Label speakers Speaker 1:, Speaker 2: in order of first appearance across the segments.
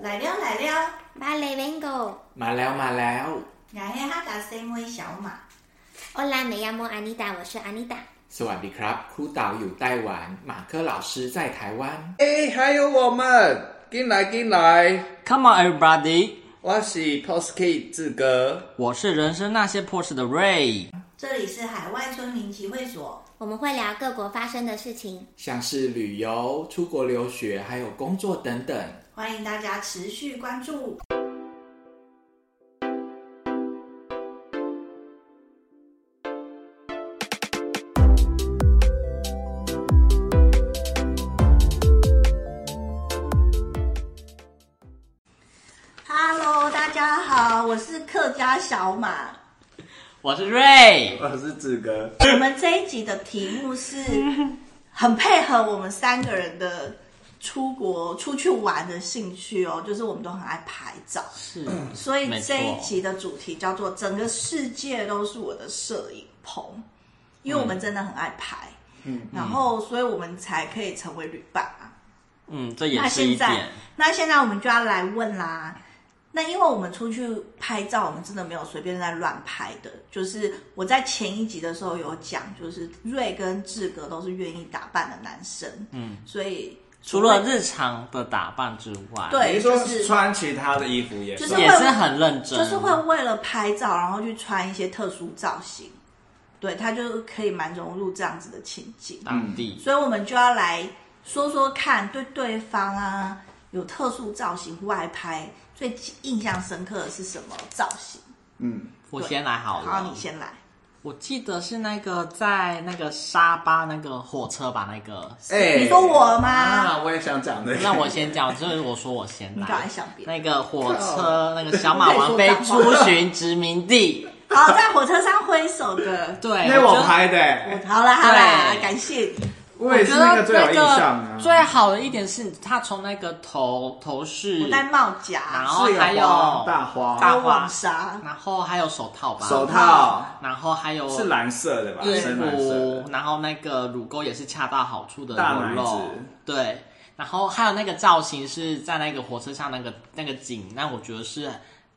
Speaker 1: 来了来了，
Speaker 2: 马雷文狗，
Speaker 3: มาแล้วมาแล้ว
Speaker 1: 俺黑哈达身为小马，
Speaker 2: 欧拉美亚莫安妮达，我是安妮达。
Speaker 3: สวัสดีครับ ครูเต่าอยู่ไต้หวัน马克老师在台湾
Speaker 4: 哎，还有我们，进来进来，
Speaker 5: Come on, everybody！
Speaker 4: 我是 Posky 志哥，
Speaker 5: 我是人生那些破事的 Ray。
Speaker 1: 这里是海外村民集会所，
Speaker 2: 我们会聊各国发生的事情。
Speaker 3: 像是旅游、出国留学，还有工作等等。
Speaker 1: 欢迎大家持续关注。Hello，大家好，我是客家小马。
Speaker 5: 我是 Ray。
Speaker 4: 我是志哥。
Speaker 1: 我们这一集的题目 是很配合我们三个人的出国出去玩的兴趣哦，就是我们都很爱拍照，
Speaker 5: 是，
Speaker 1: 所以
Speaker 5: 没错
Speaker 1: 这一集的主题叫做“整个世界都是我的摄影棚”，因为我们真的很爱拍，嗯，然后所以我们才可以成为旅伴啊。
Speaker 5: 嗯，这也
Speaker 1: 那
Speaker 5: 是一
Speaker 1: 现在
Speaker 5: 点。，
Speaker 1: 那现在我们就要来问啦。那因为我们出去拍照，我们真的没有随便在乱拍的。就是我在前一集的时候有讲，就是瑞跟志哥都是愿意打扮的男生，嗯，所以
Speaker 5: 除了日常的打扮之外，
Speaker 1: 对，
Speaker 4: 说
Speaker 1: 就是
Speaker 4: 穿其他的衣服也
Speaker 1: 就是
Speaker 5: 也
Speaker 1: 会
Speaker 5: 是很认真，
Speaker 1: 就是会为了拍照，然后去穿一些特殊造型，对他就可以蛮融入这样子的情景。
Speaker 5: 当地。
Speaker 1: 所以我们就要来说说看，对对方啊有特殊造型外拍，最印象深刻的是什么造型？
Speaker 5: 我先来好了，
Speaker 1: 嗯好，你。先来。
Speaker 5: 我记得是那个在那个沙巴那个火车吧，那个。
Speaker 4: 哎
Speaker 1: 你说我吗？
Speaker 4: 啊，我也想讲的。
Speaker 5: 那我先讲，就是我说我先
Speaker 1: 你赶快
Speaker 5: 来。
Speaker 1: 想别的
Speaker 5: 那 个火车，那个小马王妃出巡殖民 地，
Speaker 1: 好，在火车上挥手的。
Speaker 5: 对，
Speaker 4: 那
Speaker 5: 觉
Speaker 4: 我
Speaker 5: 得
Speaker 4: 拍的、欸，
Speaker 1: 好了好了，
Speaker 5: 对
Speaker 1: 感谢你。
Speaker 4: 我也是那个最有印象
Speaker 5: 我觉得那
Speaker 4: 啊。
Speaker 5: 个最好的一点是，他从那个头头饰
Speaker 1: 我，戴帽
Speaker 5: 然
Speaker 1: 夹，
Speaker 5: 后还
Speaker 4: 是哦有花大花
Speaker 5: 大
Speaker 1: 网
Speaker 5: 花，
Speaker 1: 纱，
Speaker 5: 然后还有手套吧，
Speaker 4: 手套
Speaker 5: 然后还有
Speaker 4: 是蓝色的吧？
Speaker 5: 衣
Speaker 4: 深蓝色
Speaker 5: 服，
Speaker 4: 的。
Speaker 5: 然后那个乳沟也是恰到好处的
Speaker 4: 大
Speaker 5: 裸
Speaker 4: 奶
Speaker 5: 露
Speaker 4: 子，
Speaker 5: 对。然后还有那个造型是在那个火车上那个那个景，那我觉得是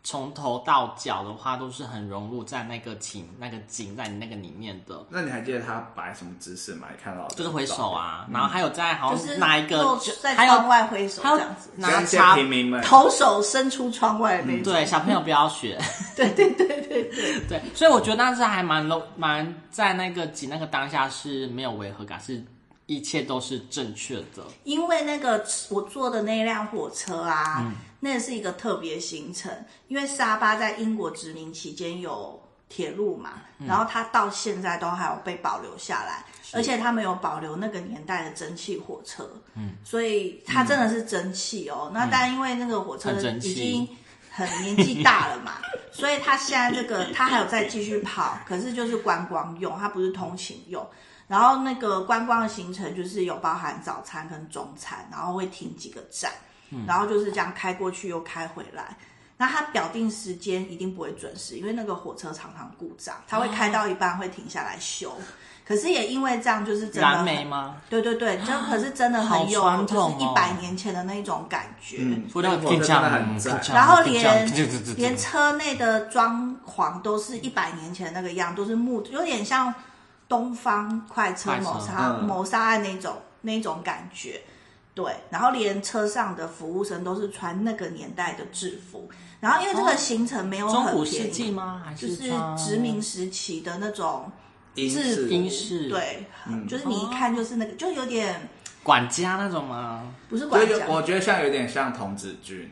Speaker 5: 从头到脚的话都是很融入在那个情那个景在你那个里面的，
Speaker 4: 那你还记得他摆什么姿势吗？你看到的
Speaker 5: 就是挥手，
Speaker 4: 嗯
Speaker 5: 啊，然后还有在好
Speaker 1: 就
Speaker 5: 像
Speaker 1: 是
Speaker 5: 拿一个
Speaker 1: 露
Speaker 5: 就
Speaker 1: 在
Speaker 5: 还有
Speaker 1: 窗外挥手
Speaker 5: 还有
Speaker 1: 这样子，
Speaker 5: 拿
Speaker 4: 那些
Speaker 5: 茶
Speaker 4: 平民们
Speaker 1: 头手伸出窗外那种。
Speaker 5: 对，小朋友不要学。
Speaker 1: 对对对对对，
Speaker 5: 对，所以我觉得当时还蛮 low，蛮在那个挤那个当下是没有违和感，是一切都是正确的。
Speaker 1: 因为那个我坐的那辆火车啊，
Speaker 5: 嗯
Speaker 1: 那是一个特别行程，因为沙巴在英国殖民期间有铁路嘛，
Speaker 5: 嗯
Speaker 1: 然后它到现在都还有被保留下来，而且他们有保留那个年代的蒸汽火车，嗯，所以它真的是蒸汽哦。那但因为那个火车
Speaker 5: 嗯很
Speaker 1: 已
Speaker 5: 蒸汽
Speaker 1: 经很年纪大了嘛， 所以他现在这个他还有再继续跑，可是就是观光用，它不是通勤用。然后那个观光的行程就是有包含早餐跟中餐，然后会停几个站，
Speaker 5: 嗯
Speaker 1: 然后就是这样开过去又开回来。那它表定时间一定不会准时，因为那个火车常常故障，它会开到一半会停下来修。可是也因为这样，就是真的
Speaker 5: 蓝
Speaker 1: 很
Speaker 5: 莓吗？
Speaker 1: 对对对，就可是真的很有，
Speaker 5: 好传
Speaker 1: 就是
Speaker 5: 统
Speaker 1: 一
Speaker 5: 哦
Speaker 1: 百年前的那种感觉。
Speaker 4: 嗯
Speaker 5: 不料
Speaker 4: 我觉得真的很赞
Speaker 1: 然后连连车内的装潢都是一百年前那个样，都是木，有点像东方快车
Speaker 5: 快车
Speaker 1: 谋杀
Speaker 4: 嗯
Speaker 1: 谋杀案那种那种感觉。对，然后连车上的服务生都是穿那个年代的制服，然后因为这个行程没有
Speaker 5: 哦中
Speaker 1: 很
Speaker 5: 古
Speaker 1: 便
Speaker 5: 世
Speaker 1: 宜，
Speaker 5: 纪吗？还
Speaker 1: 就是
Speaker 5: 穿
Speaker 1: 殖民时期的那种
Speaker 4: 英
Speaker 1: 制
Speaker 4: 式
Speaker 1: 服，
Speaker 5: 英式嗯
Speaker 1: 对，就是你一看就是那个，就有点
Speaker 5: 管家那种吗？
Speaker 1: 不是管
Speaker 4: 就
Speaker 1: 家
Speaker 4: 有，我觉得像有点像童子军，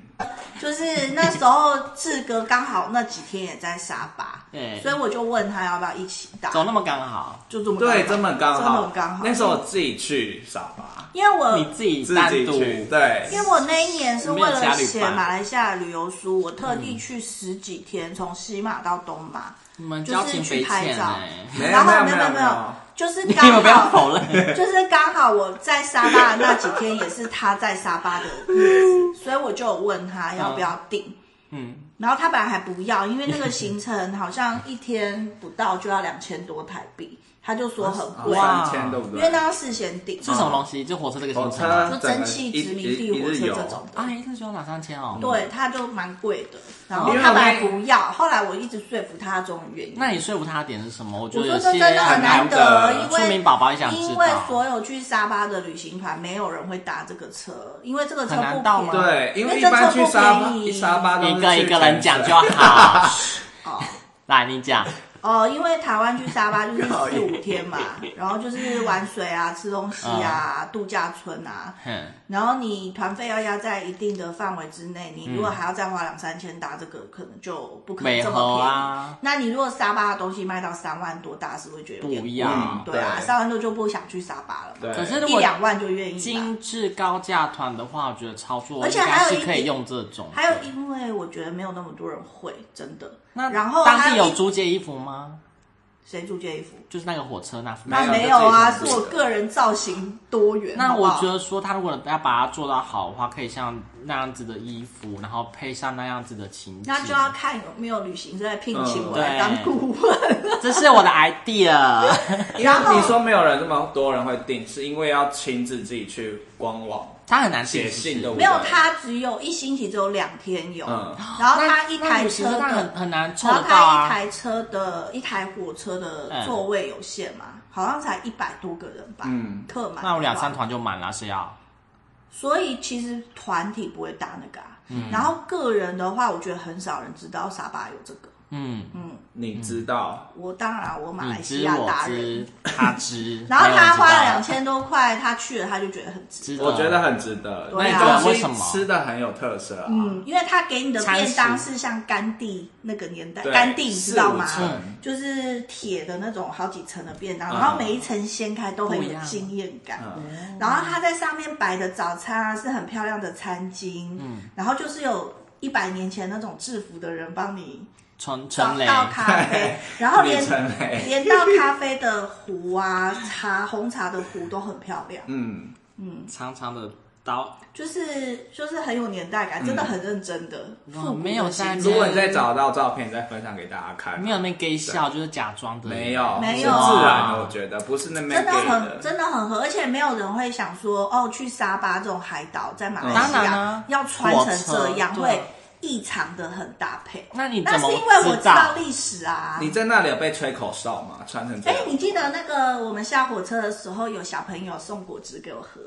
Speaker 1: 就是那时候志哥刚好那几天也在沙巴，
Speaker 5: 对
Speaker 1: 所以我就问他要不要一起打，
Speaker 5: 走那么刚好，
Speaker 1: 就这么
Speaker 4: 对，这
Speaker 1: 刚好
Speaker 4: 么刚好，
Speaker 1: 这么刚好
Speaker 4: 那时候我自己去沙巴，
Speaker 1: 因为我
Speaker 5: 你自己
Speaker 4: 自
Speaker 5: 单
Speaker 4: 己
Speaker 5: 独
Speaker 4: 去，对，
Speaker 1: 因为我那一年是为
Speaker 5: 没有
Speaker 1: 了
Speaker 5: 家里
Speaker 1: 写
Speaker 5: 办
Speaker 1: 马来西亚的旅游书，我特
Speaker 5: 嗯
Speaker 1: 地去十几天，从西马到东马，
Speaker 5: 你们
Speaker 1: 就
Speaker 5: 交
Speaker 1: 是
Speaker 5: 情
Speaker 1: 去
Speaker 5: 匪
Speaker 1: 拍
Speaker 5: 浅
Speaker 1: 照
Speaker 5: 哎、。
Speaker 4: 没有
Speaker 1: 然后
Speaker 4: 没有
Speaker 1: 有
Speaker 4: 没有
Speaker 1: 没
Speaker 4: 没有
Speaker 1: 就是
Speaker 5: 你
Speaker 1: 刚
Speaker 5: 们不要
Speaker 1: 好
Speaker 5: 否认，
Speaker 1: 就是刚好我在沙巴的那几天也是他在沙巴的日子，所以我就有问他要不要订。
Speaker 5: 嗯，
Speaker 1: 然后他本来还不要，因为那个行程好像一天不到就要两千多台币，他就说很贵，
Speaker 5: 哇
Speaker 4: 啊哦三千对不
Speaker 1: 因
Speaker 4: 对
Speaker 1: 为？那要事先订，
Speaker 5: 是什么东西？就火车这个行
Speaker 4: 火
Speaker 5: 程吗
Speaker 4: 车
Speaker 1: 就
Speaker 4: 整
Speaker 1: 蒸
Speaker 4: 个
Speaker 1: 汽
Speaker 4: 一
Speaker 1: 殖民
Speaker 4: 一
Speaker 1: 地
Speaker 4: 一
Speaker 1: 火
Speaker 4: 日
Speaker 1: 车
Speaker 4: 游
Speaker 1: 这种的。
Speaker 5: 啊，一次只有两三千哦。，
Speaker 1: 对，他就蛮贵的，然后
Speaker 4: 因为
Speaker 1: 他
Speaker 4: 我
Speaker 1: 本来
Speaker 4: 跟
Speaker 1: 不要，后来我一直说服他，终于愿意。
Speaker 5: 那你说服他的点是什么？我觉
Speaker 1: 我
Speaker 5: 得
Speaker 1: 说这
Speaker 5: 有些
Speaker 1: 真的很
Speaker 5: 难
Speaker 1: 难
Speaker 4: 得
Speaker 1: 因为
Speaker 5: 出名宝宝也想知
Speaker 1: 因为
Speaker 5: 道。
Speaker 1: 所有去沙巴的旅行团，没有人会搭这个车，因为这个车
Speaker 5: 很难
Speaker 1: 不
Speaker 5: 到
Speaker 1: 便宜。
Speaker 5: 吗
Speaker 4: 对，因为一
Speaker 1: 这
Speaker 4: 般
Speaker 1: 车
Speaker 4: 去
Speaker 1: 不
Speaker 4: 沙巴，
Speaker 1: 便宜
Speaker 4: 沙巴都是
Speaker 5: 一个一
Speaker 4: 去
Speaker 5: 个
Speaker 4: 全
Speaker 5: 人讲
Speaker 4: 省
Speaker 5: 就 好。
Speaker 1: 哦
Speaker 5: 来，你讲。
Speaker 1: 哦，因为台湾去沙巴就是四五天嘛，然后就是玩水啊、吃东西
Speaker 5: 嗯
Speaker 1: 啊、度假村啊，
Speaker 5: 哼，
Speaker 1: 然后你团费要压在一定的范围之内，你如果还要再花两三千搭这个，可能就不可能
Speaker 5: 嗯美
Speaker 1: 这么
Speaker 5: 猴
Speaker 1: 便宜。
Speaker 5: 啊，
Speaker 1: 那你如果沙巴的东西卖到三万多，大家是会觉得有点
Speaker 5: 不一样
Speaker 1: 贵对啊，
Speaker 4: 对
Speaker 1: 三万多就不想去沙巴了嘛，
Speaker 4: 对，
Speaker 5: 可是如
Speaker 1: 一
Speaker 5: 果
Speaker 1: 两万就愿意吧。
Speaker 5: 精致高价团的话，我觉得操作
Speaker 1: 而
Speaker 5: 应
Speaker 1: 且还
Speaker 5: 该
Speaker 1: 有
Speaker 5: 是
Speaker 1: 一
Speaker 5: 可以
Speaker 1: 点
Speaker 5: 用这种。
Speaker 1: 还有，因为我觉得没有那么多人会，真的。
Speaker 5: 那
Speaker 1: 然后
Speaker 5: 当
Speaker 1: 还
Speaker 5: 地
Speaker 1: 有
Speaker 5: 有
Speaker 1: 一
Speaker 5: 租借衣服吗？
Speaker 1: 谁租这衣服？
Speaker 5: 就是那个火车那附
Speaker 4: 没有
Speaker 1: 那
Speaker 5: 近。
Speaker 1: 没有啊，
Speaker 4: 这
Speaker 1: 是
Speaker 4: 自己
Speaker 1: 我
Speaker 4: 想的
Speaker 1: 个人造型多元。
Speaker 5: 那
Speaker 1: 好不
Speaker 5: 我
Speaker 1: 好
Speaker 5: 觉得说，他如果要把它做到好的话，可以像那样子的衣服，然后配上那样子的情景。
Speaker 1: 那就要看有没有旅行社在聘请我来
Speaker 5: 嗯
Speaker 1: 当顾问。
Speaker 5: 这是我的 idea。
Speaker 4: 因为你说没有人这么多人会订，是因为要亲自自己去官网。
Speaker 5: 他很难写
Speaker 4: 写信的
Speaker 1: 没有，他只有一星期只有两天有，
Speaker 4: 嗯
Speaker 1: 然后他一
Speaker 5: 那
Speaker 1: 台
Speaker 5: 旅行
Speaker 1: 车
Speaker 5: 社他很
Speaker 1: 的，
Speaker 5: 很难凑
Speaker 1: 然
Speaker 5: 得
Speaker 1: 后
Speaker 5: 到
Speaker 1: 他一
Speaker 5: 啊。
Speaker 1: 台车的一台火车的
Speaker 5: 嗯
Speaker 1: 座位有限嘛，好像才一百多个人吧，
Speaker 4: 嗯
Speaker 1: 客满。
Speaker 5: 那我两三。团就满了，谁要？
Speaker 1: 所以其实团体不会搭那个、啊，
Speaker 5: 嗯
Speaker 1: 然后个人的话，我觉得很少人知道沙巴有这个。
Speaker 5: 嗯，
Speaker 4: 你知道，
Speaker 1: 我当然啊我马
Speaker 5: 你
Speaker 1: 来西
Speaker 5: 知
Speaker 1: 亚
Speaker 5: 我
Speaker 1: 达人
Speaker 5: 知，，他知。
Speaker 1: 然后
Speaker 5: 没有人
Speaker 1: 他
Speaker 5: 知道
Speaker 1: 花了两，千多块，他去了他就觉得很值。
Speaker 5: 知道
Speaker 4: 我觉得很值
Speaker 1: 嗯
Speaker 4: 得。
Speaker 1: 对啊
Speaker 4: 那你
Speaker 5: 为什么
Speaker 4: 吃的很有特色啊？
Speaker 1: 嗯，因为他给你的
Speaker 5: 餐食
Speaker 1: 便当是像甘地那个年代，
Speaker 4: 对
Speaker 1: 甘地你知道吗
Speaker 4: 四五层？
Speaker 1: 就是铁的那种好几层的便当，
Speaker 4: 嗯
Speaker 1: 然后每一层掀开都很
Speaker 5: 不一
Speaker 1: 有
Speaker 5: 样
Speaker 1: 惊艳感。
Speaker 4: 嗯，
Speaker 1: 然后他在上面摆的早餐啊是很漂亮的餐巾，
Speaker 5: 嗯
Speaker 1: 然后就是有一百年前那种制服的人帮你
Speaker 5: 陈
Speaker 1: 找
Speaker 5: 陈雷，
Speaker 1: 到咖 啡，然后连
Speaker 4: 李晨 雷
Speaker 1: 连到咖啡的壶啊、茶红茶的壶都很漂亮，
Speaker 4: 嗯，
Speaker 5: 长长的刀，
Speaker 1: 就是就是很有年代感，真的很认真的。复古的
Speaker 5: 没有在
Speaker 1: 形式
Speaker 5: 那
Speaker 4: 嗯如果你再找到照片，再分享给大家看。
Speaker 5: 没有那 gay 笑，就是假装的。
Speaker 4: 没有，
Speaker 1: 没
Speaker 4: 是
Speaker 1: 有啊
Speaker 4: 自然的，我觉得不是那么
Speaker 1: 真的很
Speaker 4: 给的。
Speaker 1: 真的很合，而且没有人会想说哦，去沙巴这种海岛，在马来西
Speaker 5: 当然
Speaker 1: 亚
Speaker 5: 啊
Speaker 1: 要穿成这样，
Speaker 5: 火车对
Speaker 1: 会异常的很搭配。
Speaker 5: 那你
Speaker 1: 那
Speaker 5: 怎
Speaker 1: 是
Speaker 5: 么
Speaker 1: 因为我知
Speaker 5: 知
Speaker 1: 道
Speaker 5: 道？
Speaker 1: 历史啊。
Speaker 4: 你在那里有被吹口哨吗？穿成这
Speaker 1: 哎
Speaker 4: 样，，
Speaker 1: 你记得那个我们下火车的时候，有小朋友送果汁给我喝，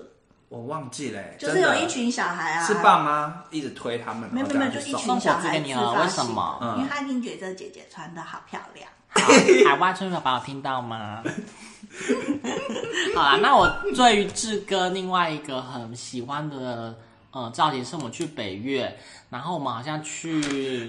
Speaker 4: 我忘记了，欸
Speaker 1: 就是
Speaker 4: 真
Speaker 1: 有
Speaker 4: 的
Speaker 1: 一群小孩啊，
Speaker 4: 是爸妈一直推他们，
Speaker 1: 没有
Speaker 4: 然后
Speaker 1: 没有，
Speaker 4: 这
Speaker 1: 就
Speaker 4: 样
Speaker 1: 一
Speaker 4: 去送
Speaker 1: 群小孩子发
Speaker 5: 为什么
Speaker 1: 因啊为他嗯一定觉得姐姐穿的好漂亮。
Speaker 5: 海外村宝宝有听到吗？ 好啦，那我对于志哥另外一个很喜欢的呃造型是我们去北岳，然后我们好像去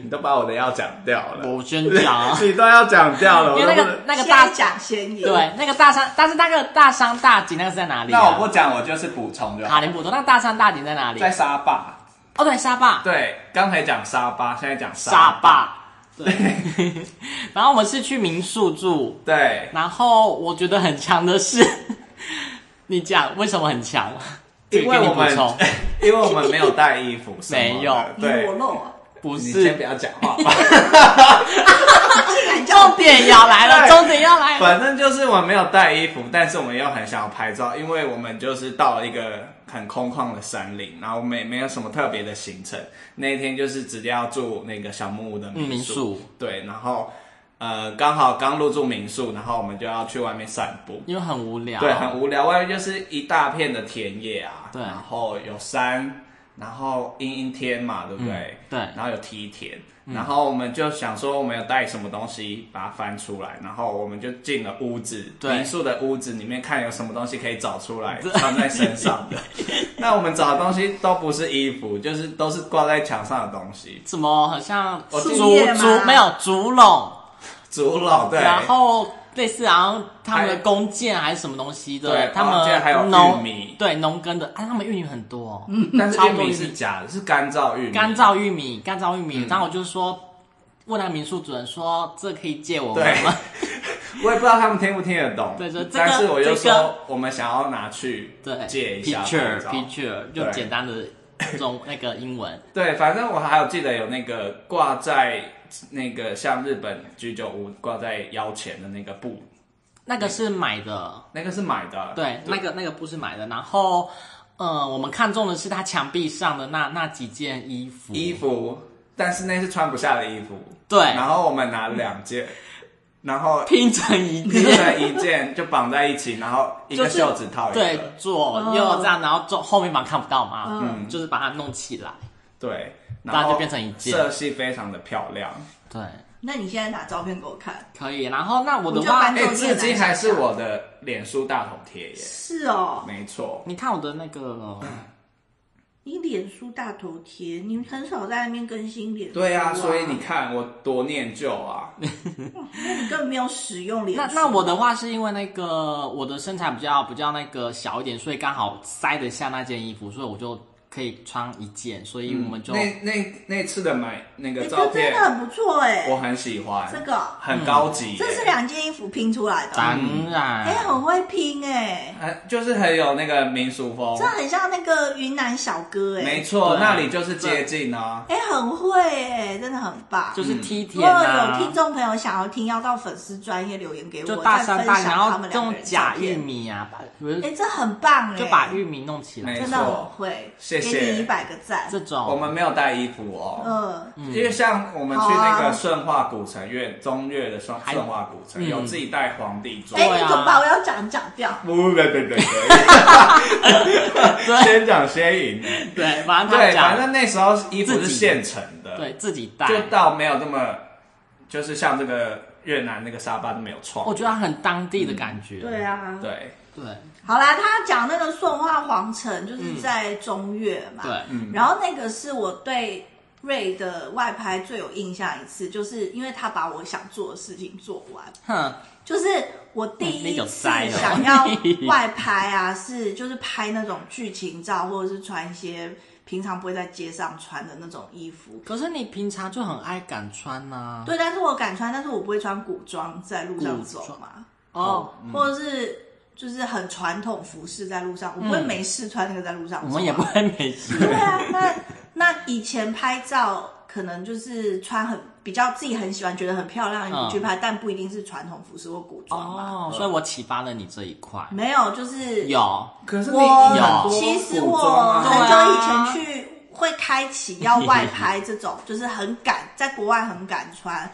Speaker 4: 你都把我的要讲掉了，，
Speaker 5: 我 先讲啊
Speaker 4: 你都要讲掉了，我
Speaker 5: 因
Speaker 4: 都
Speaker 5: 为那
Speaker 4: 不
Speaker 5: 个
Speaker 4: 能。
Speaker 5: 那个大
Speaker 1: 先讲先赢，
Speaker 5: 对那个大山，但是那个大山大景那个是在哪里、啊？
Speaker 4: 那我不讲，我就是补充就好
Speaker 5: 卡。林普多，那大山大景在哪里？
Speaker 4: 在沙坝，
Speaker 5: 哦，对，沙坝，
Speaker 4: 对，刚才讲沙巴，现在讲 坝，
Speaker 5: 沙坝，对。 然后我们是去民宿住，
Speaker 4: 对，
Speaker 5: 然后我觉得很强的是，你讲为什么很强？这
Speaker 4: 因
Speaker 5: 个
Speaker 4: 为
Speaker 5: 给你
Speaker 4: 我
Speaker 5: 补
Speaker 4: 们
Speaker 5: 充，
Speaker 4: 因为我们没有带衣服什么的，
Speaker 5: 没有
Speaker 1: 你
Speaker 4: 对
Speaker 1: 裸，露啊，
Speaker 5: 不
Speaker 4: 你
Speaker 5: 是
Speaker 4: 先不要讲话吧，
Speaker 1: 竟然叫
Speaker 5: 重点要来了，
Speaker 4: 对
Speaker 5: 重点要来了。
Speaker 4: 反正就是我们没有带衣服，但是我们又很想要拍照，因为我们就是到了一个很空旷的山林，然后我们也没有什么特别的行程，那一天就是直接要住那个小木屋的
Speaker 5: 嗯民
Speaker 4: 宿，
Speaker 5: 宿，
Speaker 4: 对，然后呃刚好刚入住民宿，然后我们就要去外面散步，
Speaker 5: 因为很无聊，
Speaker 4: 对，很无聊。外面就是一大片的田野啊，
Speaker 5: 对
Speaker 4: 然后有山，然后阴阴天嘛，对不对？
Speaker 5: 嗯对嗯
Speaker 4: 然后有梯田，然后我们就想说我们有带什么东西，把它翻出来，然后我们就进了屋子，
Speaker 5: 对
Speaker 4: 民宿的屋子里面看有什么东西可以找出 来穿在身上的。那我们找的东西都不是衣服，就是都是挂在墙上的东西，
Speaker 5: 怎么好像
Speaker 4: 我
Speaker 5: 竹
Speaker 1: 树叶吗
Speaker 5: 竹没有竹笼，
Speaker 4: 竹篓对。
Speaker 5: 然后类似好像他们的
Speaker 4: 还
Speaker 5: 弓箭还是什么东西的
Speaker 4: 对，
Speaker 5: 他
Speaker 4: 弓箭还有玉
Speaker 5: 们农
Speaker 4: 米
Speaker 5: 对农耕的，啊，他们玉米很多，嗯，
Speaker 4: 但是
Speaker 5: 超
Speaker 4: 玉
Speaker 5: 多
Speaker 4: 米
Speaker 5: 玉
Speaker 4: 是
Speaker 5: 米，
Speaker 4: 假的，是干燥玉米。
Speaker 5: 嗯干燥玉米，干燥玉米。
Speaker 4: 嗯
Speaker 5: 然后我就说，问那民宿主人说，这可以借我们
Speaker 4: 对
Speaker 5: 吗？
Speaker 4: 我也不知道他们听不听得懂，
Speaker 5: 对这这个
Speaker 4: 但是我就
Speaker 5: 这个
Speaker 4: 说我们想要拿去
Speaker 5: 对
Speaker 4: 借一下拍
Speaker 5: ，picture
Speaker 4: 照
Speaker 5: picture 就
Speaker 4: 对
Speaker 5: 简单的中那个英文，
Speaker 4: 对，反正我还有记得有那个挂在那个像日本居酒屋挂在腰前的那个布，
Speaker 5: 那个是买的，
Speaker 4: 那个是买的，
Speaker 5: 对，那个那个布是买的。然后，呃，我们看中的是它墙壁上的那那几件衣服，
Speaker 4: 衣服，但是那是穿不下的衣服。
Speaker 5: 对
Speaker 4: 然后我们拿了两 件，然后
Speaker 5: 拼成一
Speaker 4: 拼
Speaker 5: 件。
Speaker 4: 成一件就绑在一起，然后一个
Speaker 5: 就是
Speaker 4: 袖子套一个。
Speaker 5: 对，左右这样，然后中后面嘛看不到嘛，
Speaker 4: 嗯
Speaker 5: 就是把它弄起来。
Speaker 4: 对，然
Speaker 5: 大家
Speaker 4: 后
Speaker 5: 就变成一件
Speaker 4: 色系非常的漂亮。
Speaker 5: 对，
Speaker 1: 那你现在拿照片给我看，
Speaker 5: 可以。然后那我的
Speaker 1: 我就
Speaker 5: 话
Speaker 1: 搬
Speaker 4: 哎、
Speaker 1: 那我也
Speaker 4: 至
Speaker 1: 来
Speaker 4: 今
Speaker 1: 想
Speaker 4: 还是我的脸书大头贴耶。
Speaker 1: 是哦，
Speaker 4: 没错，
Speaker 5: 你看我的那个，
Speaker 1: 你脸书大头贴，你很少在那边更新脸书、
Speaker 4: 对啊，所以你看我多念旧啊。
Speaker 1: 你根本没有使用脸
Speaker 5: 那
Speaker 1: 书。
Speaker 5: 那我的话是因为那个我的身材比较比较那个小一点，所以刚好塞得下那件衣服，所以我就可以穿一件，所以
Speaker 1: 嗯
Speaker 5: 我们就、
Speaker 4: 那那那次的买那
Speaker 1: 哎
Speaker 4: 个
Speaker 1: 这
Speaker 4: 照
Speaker 1: 真
Speaker 4: 片
Speaker 1: 的，很不错哎、
Speaker 4: 我很喜欢，
Speaker 1: 这个嗯
Speaker 4: 很高级耶。
Speaker 1: 这是两件衣服拼出来的，
Speaker 5: 当
Speaker 1: 哎、
Speaker 5: 然，
Speaker 1: 很会拼哎、
Speaker 4: 很呃就是很有那个民俗风，
Speaker 1: 这很像那个云南小哥哎、
Speaker 4: 哦没错，
Speaker 5: 对
Speaker 4: 那里就是接近啊。
Speaker 1: 哎、很会哎、真的很棒。
Speaker 5: 就是梯
Speaker 1: 如
Speaker 5: 田
Speaker 1: 果
Speaker 5: 啊
Speaker 1: 有，听众朋友想要听，要到粉丝专业留言给我，
Speaker 5: 就大
Speaker 1: 再
Speaker 5: 山
Speaker 1: 分
Speaker 5: 大，
Speaker 1: 享
Speaker 5: 然
Speaker 1: 他
Speaker 5: 后
Speaker 1: 们
Speaker 5: 这
Speaker 1: 两个
Speaker 5: 种
Speaker 1: 人的
Speaker 5: 假
Speaker 1: 照
Speaker 5: 玉
Speaker 1: 片。
Speaker 5: 米啊，把不是
Speaker 1: 哎、这很棒哎、
Speaker 5: 就把玉米弄起来
Speaker 4: 没，
Speaker 1: 真的很会，
Speaker 4: 谢谢
Speaker 1: 给你一百个赞
Speaker 5: 这。种
Speaker 4: 我们没有带衣服哦，
Speaker 1: 嗯，
Speaker 4: 因为像我们去那
Speaker 1: 好啊
Speaker 4: 个顺化古城院，中越的顺顺化古城，
Speaker 5: 嗯
Speaker 4: 有自己带皇帝装。
Speaker 1: 哎、
Speaker 5: 对啊
Speaker 1: 你怎么把我要讲讲掉？
Speaker 4: 不不不 不不，
Speaker 5: 对
Speaker 4: 先讲先赢呢。
Speaker 5: 对，反正他
Speaker 4: 对，
Speaker 5: 讲
Speaker 4: 反正那时候衣服是
Speaker 5: 自己
Speaker 4: 现成的，
Speaker 5: 对自己带，
Speaker 4: 就倒没有这么，就是像这个越南那个沙巴都没有创。
Speaker 5: 我觉得很当地的感觉，
Speaker 1: 对啊，
Speaker 4: 对，
Speaker 5: 对
Speaker 1: 好啦，他讲那个顺化皇城就是在中越嘛，
Speaker 5: 嗯对，
Speaker 1: 然后那个是我对瑞的外拍最有印象一次，就是因为他把我想做的事情做完，
Speaker 5: 哼，
Speaker 1: 就是我第
Speaker 5: 嗯你
Speaker 1: 一
Speaker 5: 有
Speaker 1: 次
Speaker 5: 塞哦
Speaker 1: 想要外拍啊， 是就是拍那种剧情照，或者是穿一些平常不会在街上穿的那种衣服。
Speaker 5: 可是你平常就很爱敢穿啊呐、
Speaker 1: 对，但是我敢穿，但是我不会穿古装在路上走
Speaker 5: 古
Speaker 1: 嘛，
Speaker 5: 哦，
Speaker 1: 或者是就是很传统服饰在路上，我不会没事穿那个在路上走啊、
Speaker 5: 嗯我们也不会没事，
Speaker 1: 对啊，那那以前拍照可能就是穿很比较自己很喜欢，觉得很漂亮的衣服去拍，但不一定是传统服饰或古装嘛。
Speaker 5: 嗯哦，所以我启发了你这一块。
Speaker 1: 没有，就是
Speaker 5: 有，
Speaker 4: 可是你
Speaker 1: 我
Speaker 4: 有很多
Speaker 1: 其实
Speaker 4: 古
Speaker 1: 我
Speaker 4: 装啊
Speaker 1: 很
Speaker 5: 对啊
Speaker 1: 久以前去会开启要外拍这种，就是很敢在国外很敢穿，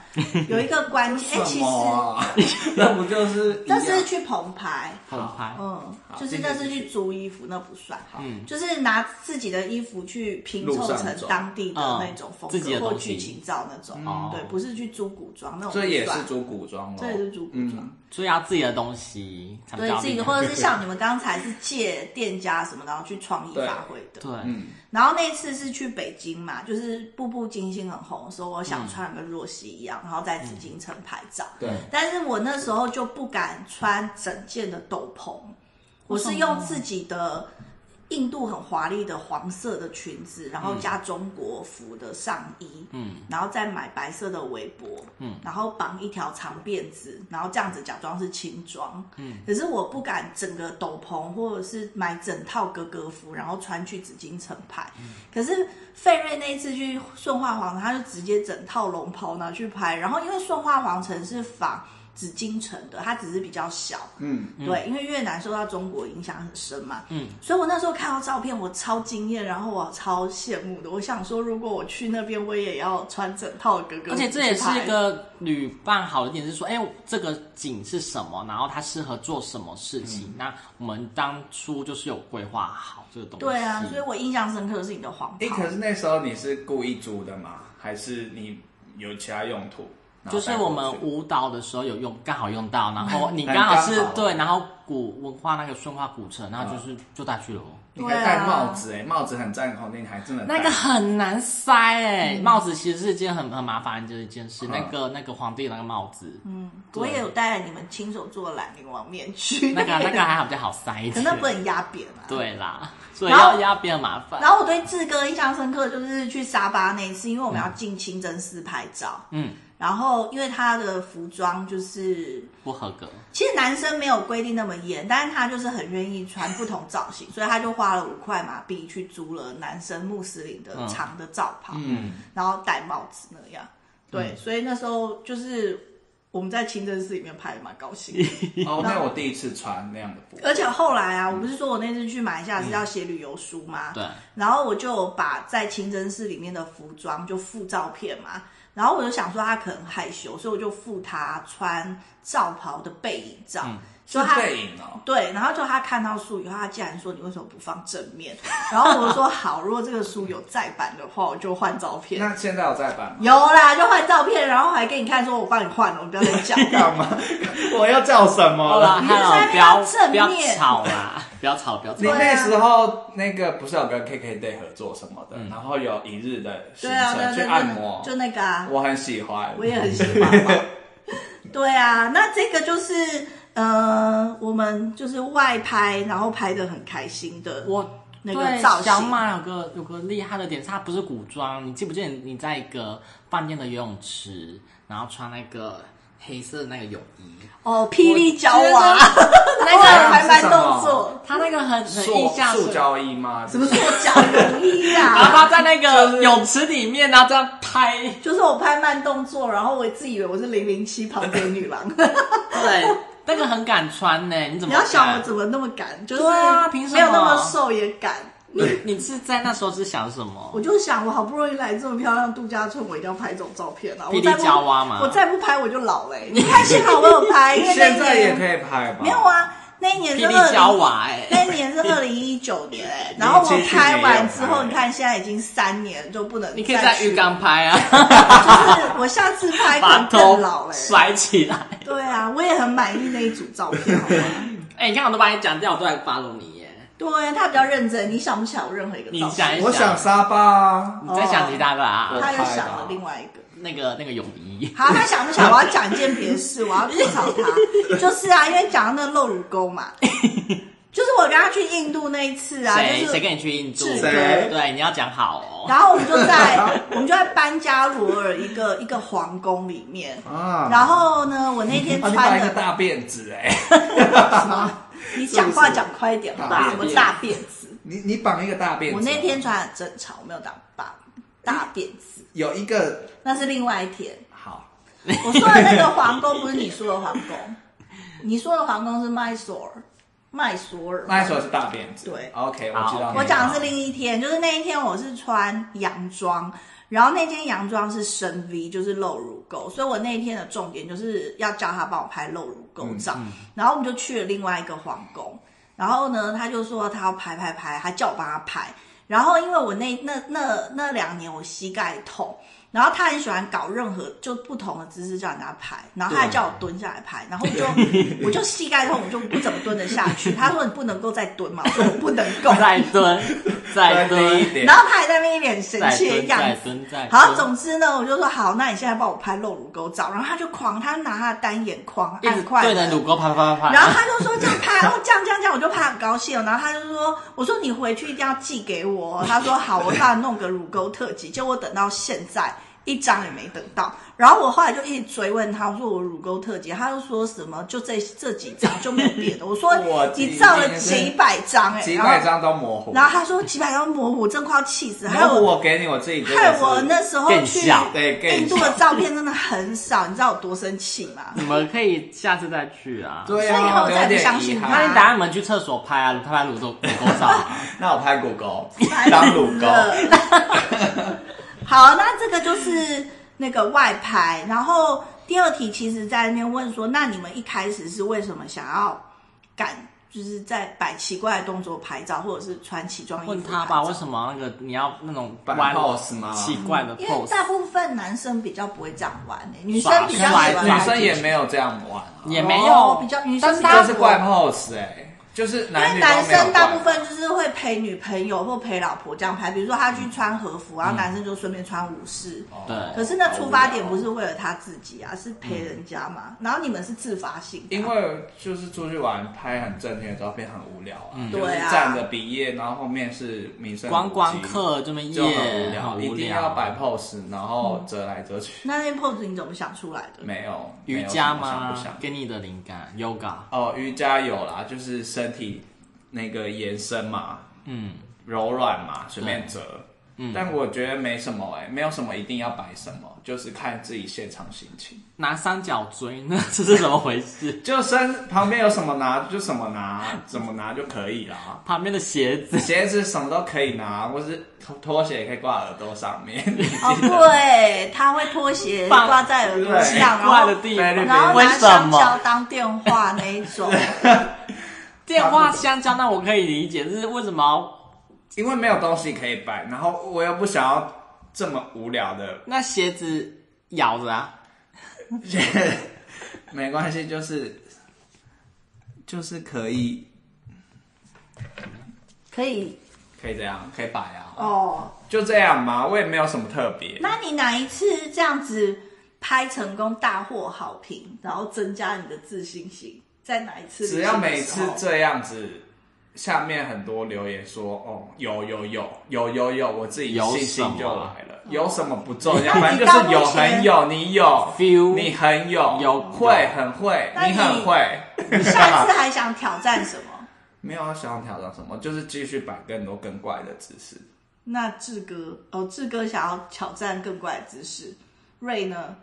Speaker 1: 有一个关 键。哎，
Speaker 4: 什
Speaker 1: 其
Speaker 4: 么
Speaker 1: 实
Speaker 4: 啊？那不就是一
Speaker 1: 这
Speaker 4: 样？
Speaker 1: 是去棚拍，
Speaker 5: 很拍，
Speaker 1: 嗯，
Speaker 4: 好
Speaker 1: 就是
Speaker 4: 这个
Speaker 1: 那是
Speaker 4: 继续
Speaker 1: 去租衣服，那不算。嗯，就是拿自己的衣服去拼
Speaker 4: 路
Speaker 1: 凑
Speaker 4: 上
Speaker 1: 成
Speaker 4: 走
Speaker 1: 当地的那种风
Speaker 5: 嗯自己的
Speaker 1: 格或
Speaker 5: 东西
Speaker 1: 剧情照那种。
Speaker 5: 哦
Speaker 1: 对，不是去租古装那种不
Speaker 4: 这
Speaker 1: 算。
Speaker 4: 也是，租古装哦，
Speaker 1: 这也是租古装。
Speaker 5: 所以要自己的东西才比
Speaker 1: 对
Speaker 5: 较
Speaker 1: 自己
Speaker 5: 厉
Speaker 1: 的，
Speaker 5: 害
Speaker 1: 或者是像你们刚才是借店家什么，然后去创意发挥的。
Speaker 5: 对，
Speaker 1: 然后那次是去北京嘛，就是《步步惊心》很红的时候，我想穿跟若曦一样，然后在紫禁城拍照。
Speaker 4: 对，
Speaker 1: 但是我那时候就不敢穿整件的斗篷，我是用自己的印度很华丽的黄色的裙子，然后加中国服的上衣，嗯，然后再买白色的围脖，嗯，然后绑一条长辫子，然后这样子假装是轻装，嗯，可是我不敢整个斗篷或者是买整套格格服，然后穿去紫禁城拍。可是费瑞那一次去顺化皇城，他就直接整套龙袍拿去拍，然后因为顺化皇城是仿。紫禁城的，它只是比较小，
Speaker 4: 嗯，
Speaker 1: 对，因为越南受到中国影响很深嘛，嗯，所以我那时候看到照片，我超惊艳，然后我超羡慕的。我想说，如果我去那边，我也要穿整套格格服去拍，
Speaker 5: 而且这也是一个旅伴好的点，是说，哎，这个景是什么，然后它适合做什么事
Speaker 4: 嗯
Speaker 5: 情。那我们当初就是有规划好这个东西。
Speaker 1: 对啊，所以我印象深刻的是你的黄
Speaker 4: 哎，
Speaker 1: 袍，
Speaker 4: 可是那时候你是故意租的吗？还是你有其他用途？然
Speaker 5: 就
Speaker 4: 后
Speaker 5: 是
Speaker 4: 带过
Speaker 5: 我们
Speaker 4: 去
Speaker 5: 舞蹈的时候有用，刚好用到，然 后你
Speaker 4: 很
Speaker 5: 刚好
Speaker 4: 刚
Speaker 5: 是
Speaker 4: 好
Speaker 5: 对，然后古文化那个顺化古城，然后
Speaker 4: 啊
Speaker 5: 就是就带去了哦。
Speaker 4: 你还戴帽
Speaker 1: 啊
Speaker 4: 子哎，帽子很占空间，你还真的戴
Speaker 5: 那个很难塞哎、
Speaker 1: 嗯
Speaker 5: 帽子其实是一件很很麻烦的一件事。
Speaker 4: 嗯
Speaker 5: 那个那个皇帝那个帽子，嗯，
Speaker 1: 我也有带你们亲手做的懒灵王面具，
Speaker 5: 那 个那个还好比较好塞一
Speaker 1: 可
Speaker 5: 点。
Speaker 1: 那不能压扁啊。。
Speaker 5: 对 啦，所以
Speaker 1: 然
Speaker 5: 要
Speaker 1: 后
Speaker 5: 要变麻烦。
Speaker 1: 然后我对志哥印象深刻，就是去沙巴那一次，因为我们要进清真寺拍照，
Speaker 5: 嗯，
Speaker 1: 然后因为他的服装就是
Speaker 5: 不合格，
Speaker 1: 其实男生没有规定那么严，但是他就是很愿意穿不同造型，所以他就花了五块马币去租了男生穆斯林的长
Speaker 5: 嗯
Speaker 1: 的罩袍，嗯，然后戴帽子那样。对，所以那时候就是我们在清真寺里面拍，蛮高兴的。
Speaker 4: 哦，那我第一次穿那样的布，
Speaker 1: 而且后来
Speaker 4: 嗯
Speaker 1: 啊，我不是说我那次去马来西亚是要写旅游书吗？
Speaker 5: 对。
Speaker 1: 然后我就有把在清真寺里面的服装就附照片嘛，然后我就想说他可能害羞，所以我就附他穿罩袍的背影照，
Speaker 4: 嗯是
Speaker 1: 所以他。
Speaker 4: 背影哦。
Speaker 1: 对，然后就他看到书以后，他竟然说：“你为什么不放正面？” 然后我说：“好，如果这个书有再版的话，我就换照片。
Speaker 4: 那现在有在版”吗？
Speaker 1: 有啦，就换照片，然后还给你看，说我帮你换了，我不要再讲了。
Speaker 4: 干嘛？我要叫什么
Speaker 5: 好啦，
Speaker 1: 哦你就是
Speaker 5: Hello，
Speaker 1: 在
Speaker 5: 不要
Speaker 1: 正
Speaker 5: 不要
Speaker 1: 面
Speaker 5: 吵 啦，不要吵，不要吵
Speaker 4: 你。
Speaker 1: 对
Speaker 4: 那
Speaker 1: 啊
Speaker 4: 时候那个不是有跟 KK Day 合作什么的，然后有一日的
Speaker 1: 嗯
Speaker 4: 行
Speaker 1: 对啊，对啊，
Speaker 4: 程去
Speaker 1: 对啊
Speaker 4: 按摩，
Speaker 1: 就那个啊，
Speaker 4: 我很喜欢。
Speaker 1: 我也很喜欢嘛。 对啊，那这个就是呃，我们就是外拍，然后拍的很开心的。
Speaker 5: 我
Speaker 1: 那个
Speaker 5: 对
Speaker 1: 造型
Speaker 5: 小马有个有个厉害的点是，它不是古装，你记不记得你在一个饭店的游泳池，然后穿那个黑色的那个泳衣，
Speaker 1: 哦，霹雳娇
Speaker 5: 我
Speaker 1: 娃， 那个还蛮动作，
Speaker 5: 它那个很很
Speaker 4: 塑
Speaker 5: 印象
Speaker 4: 塑
Speaker 5: 深。
Speaker 4: 胶衣吗？
Speaker 1: 什么做脚容易
Speaker 5: 然后
Speaker 1: 啊？
Speaker 5: 他在那个泳池里面，然后这样拍，
Speaker 1: 就是我拍慢动作，然后我自以为我是零零七旁边女郎。
Speaker 5: 对，那个很敢穿呢。你怎
Speaker 1: 你
Speaker 5: 么？
Speaker 1: 要想我怎么那么敢，就是
Speaker 5: 对啊凭什么
Speaker 1: 没有那么瘦也敢。
Speaker 5: 你你是在那时候是想什么？
Speaker 1: 我就想，我好不容易来这么漂亮的度假村，我一定要拍这种照片啊！
Speaker 5: 霹
Speaker 1: 我
Speaker 5: 雳
Speaker 1: 再不
Speaker 5: 娇娃嘛
Speaker 1: 我再不拍我就老 了欸。你看，幸好我有拍，因为那
Speaker 4: 现在
Speaker 1: 年
Speaker 4: 也可以拍吧？
Speaker 1: 没有，啊，那一年
Speaker 5: 霹
Speaker 1: 是
Speaker 5: 雳娇
Speaker 1: 二零，
Speaker 5: 娃哎、
Speaker 1: 那一年是二零一九年哎、 然后我拍完之后，你看现在已经三年就不能，
Speaker 5: 哎你可以在浴，缸拍啊，
Speaker 1: 就是我下次拍可
Speaker 5: 把
Speaker 1: 能
Speaker 5: 头
Speaker 1: 更老嘞、欸。
Speaker 5: 甩起来。
Speaker 1: 对啊，我也很满意那一组照片，好吗？
Speaker 5: 哎、你看我都把你讲掉，我都来 follow 你耶。
Speaker 1: 对，他比较认真，你想不起来我任何一个
Speaker 5: 你
Speaker 1: 照
Speaker 5: 想
Speaker 1: 片
Speaker 5: 一？
Speaker 4: 我想沙巴啊。
Speaker 1: 哦
Speaker 5: 你在想其他的啊？
Speaker 4: 哦
Speaker 1: 他又想了另外一个。
Speaker 5: 那个那个泳衣，
Speaker 1: 好，他想不想？我要讲一件别的事，我要吐槽他，就是啊，因为讲到那个露乳沟嘛，就是我跟他去印度那一次啊，
Speaker 5: 谁
Speaker 1: 就
Speaker 5: 谁
Speaker 1: 是
Speaker 5: 跟你去印度？
Speaker 1: 志
Speaker 4: 哥
Speaker 5: 对，你要讲好哦。
Speaker 1: 然后我们就在我们就在班加罗尔一个一个皇宫里面。
Speaker 4: 啊，
Speaker 1: 然后呢，我那天
Speaker 4: 啊
Speaker 1: 穿
Speaker 4: 你把一个
Speaker 1: 的，
Speaker 4: 大辫子哎、
Speaker 1: 你讲话讲快一点，好吧？
Speaker 4: 大
Speaker 1: 什
Speaker 4: 辫
Speaker 1: 么
Speaker 4: 子
Speaker 1: 大辫子？
Speaker 4: 你你绑一个大辫子，啊
Speaker 1: 我那天穿很正常，我没有打大大辫子，
Speaker 4: 有一个
Speaker 1: 那是另外一天。
Speaker 4: 好，
Speaker 1: 我说的那个皇宫不是你说的皇宫，你说的皇宫是麦索尔，麦索尔。
Speaker 4: 那一首是大辫子，
Speaker 1: 对
Speaker 4: ，OK，我
Speaker 5: 好
Speaker 4: 知道你。
Speaker 1: 我讲的是另一天，就是那一天我是穿洋装，然后那件洋装是深 V，就是露乳沟，所以我那一天的重点就是要叫他帮我拍露乳沟照，然后我们就去了另外一个皇宫，然后呢，他就说他要拍拍拍，他叫我帮他拍，然后因为我那那那那两年我膝盖痛。然后他很喜欢搞任何就不同的姿势叫人家拍，然后他还叫我蹲下来拍，然后我就 我就膝盖痛，我就不怎么蹲得下去。他说你不能够再蹲嘛，我说我不能 够。
Speaker 5: 再蹲，再
Speaker 4: 蹲
Speaker 5: 蹲
Speaker 4: 一，点
Speaker 1: 然，后他还在那边一脸神
Speaker 5: 再
Speaker 1: 气的
Speaker 5: 蹲，
Speaker 1: 样
Speaker 5: 再
Speaker 1: 子。
Speaker 5: 蹲，再蹲。
Speaker 1: 好，总之呢，我就说好，那你现在帮我拍露乳沟照，然后他就狂，他拿他的单眼框
Speaker 5: 一
Speaker 1: 按
Speaker 5: 直
Speaker 1: 快
Speaker 5: 对着
Speaker 1: 门
Speaker 5: 乳沟啪啪啪啪。
Speaker 1: 然后他就说这样拍，哦，这样这样这样，我就拍很高兴哦。然后他就说，我说你回去一定要寄给我哦。他说好，我帮你弄个乳沟特辑。结果我等到现在一张也没等到。然后我后来就一直追问他，我说我乳沟特辑，他就说什么就这这几张就没有别的。我 说
Speaker 4: 我
Speaker 1: 你照了几百张哎、
Speaker 4: 几
Speaker 1: 然后
Speaker 4: 百张都模糊。
Speaker 1: 然后他说几百张模糊，我真快要气死。还
Speaker 4: 然
Speaker 1: 有
Speaker 4: 后我给你我自己真的是，
Speaker 1: 害我那时候
Speaker 5: 更
Speaker 1: 去
Speaker 5: 小
Speaker 4: 对更
Speaker 1: 印度的
Speaker 4: 小
Speaker 1: 照片真的很少，你知道我多生气吗？
Speaker 5: 你们可以下次再去啊。
Speaker 4: 对
Speaker 1: 所以以
Speaker 4: 啊，
Speaker 1: 后
Speaker 4: 我
Speaker 1: 再也不
Speaker 4: 有
Speaker 1: 相
Speaker 4: 点
Speaker 1: 信
Speaker 4: 遗
Speaker 1: 他
Speaker 5: 那
Speaker 4: 憾
Speaker 5: 你。打你们去厕所拍啊，拍拍乳沟乳沟照 啊。
Speaker 4: 那我拍骨沟，当乳沟，
Speaker 1: 好，那这个就是那个外拍。然后第二题其实在那边问说，那你们一开始是为什么想要敢就是在摆奇怪的动作拍照，或者是穿奇装异服？
Speaker 5: 问他吧，为。什么那个你要那种
Speaker 4: 摆
Speaker 5: 弯
Speaker 4: pose 吗
Speaker 5: 奇怪的
Speaker 1: 因为
Speaker 5: pose，
Speaker 1: 大部分男生比较不会这样玩、欸，女生
Speaker 5: 耍
Speaker 1: 比较喜
Speaker 5: 帅
Speaker 1: 欢
Speaker 4: 女
Speaker 5: 耍
Speaker 4: 生也没有这样玩啊，
Speaker 5: 也没有
Speaker 1: 哦比较女生
Speaker 5: 但是
Speaker 1: 比较
Speaker 5: 他
Speaker 4: 这是怪 pose 哎，就是
Speaker 1: 因
Speaker 4: 男
Speaker 1: 为
Speaker 4: 女都没有
Speaker 1: 男生大部
Speaker 4: 怪
Speaker 1: 分就是会陪女朋友或陪老婆这样拍，比如说他去穿和服，
Speaker 4: 嗯
Speaker 1: 然后男生就顺便穿武士。
Speaker 4: 哦
Speaker 5: 对
Speaker 1: 可是那出发点不是为了他自己啊，是陪人家嘛。然后你们是自发性的啊，
Speaker 4: 嗯因为就是出去玩拍很正经的照片很无聊啊，就是
Speaker 1: 对啊
Speaker 4: 站着毕业，然后后面是民生
Speaker 5: 观嗯光客这么夜
Speaker 4: 就很无聊，
Speaker 5: 很
Speaker 4: 一
Speaker 5: 无
Speaker 4: 定要
Speaker 5: 聊。
Speaker 4: 摆 pose，然后折来折去，
Speaker 1: 那那 pose 你怎么想出来的？
Speaker 4: 没有
Speaker 5: 瑜伽
Speaker 4: 没有什么想
Speaker 5: 吗
Speaker 4: 不？想
Speaker 5: 给你的灵感，yoga。
Speaker 4: 哦，瑜伽有啦，就是身体那个延伸嘛，
Speaker 5: 嗯，
Speaker 4: 柔软嘛，随便折，但我觉得没什么哎、没有什么一定要摆什么，就是看自己现场心情。
Speaker 5: 拿三角锥呢，这是怎么回 事？
Speaker 4: 就身旁边有什么拿就什么拿，怎么拿就可以啦。
Speaker 5: 旁边的鞋子，
Speaker 4: 鞋子什么都可以拿，或是拖拖鞋也可以挂耳朵上面。
Speaker 1: 哦，对，他会拖鞋
Speaker 5: 放
Speaker 1: 挂在耳朵
Speaker 4: 对
Speaker 1: 上，然
Speaker 5: 怪
Speaker 1: 后
Speaker 5: 的地
Speaker 4: 菲律宾
Speaker 1: 哦然
Speaker 5: 方，
Speaker 1: 后
Speaker 5: 为
Speaker 1: 拿
Speaker 5: 什
Speaker 1: 香蕉
Speaker 5: 么？
Speaker 1: 当电话那一 种，
Speaker 5: 电话香蕉，那我可以理解，就是为什么
Speaker 4: 因为没有东西可以摆，然后我又不想要这么无聊的
Speaker 5: 那鞋子咬着啊？
Speaker 4: 没关系，就是就是可以
Speaker 1: 可以
Speaker 4: 可以这样，可以摆啊，
Speaker 1: 哦。
Speaker 4: 就这样嘛，我也没有什么特别。
Speaker 1: 那你哪一次这样子拍成功大获好评，然后增加你的自信心？在哪一次？
Speaker 4: 只要每次这样子，下面很多留言说哦，有有有有有有，我自己
Speaker 5: 有
Speaker 4: 信
Speaker 5: 什么
Speaker 4: 心就来了。有什么不重要，
Speaker 1: 那
Speaker 4: 反
Speaker 1: 你
Speaker 4: 正就
Speaker 1: 到
Speaker 4: 是有
Speaker 1: 目前
Speaker 4: 很有，你有
Speaker 5: Feel
Speaker 4: 你很有，
Speaker 5: 有
Speaker 4: 会很会，
Speaker 1: 那
Speaker 4: 你
Speaker 1: 你
Speaker 4: 很会。
Speaker 1: 下一次还想挑战什么？
Speaker 4: 没有想要挑战什么，就是继续摆更多更怪的姿势。
Speaker 1: 那志哥哦，志哥想要挑战更怪的姿势。瑞呢？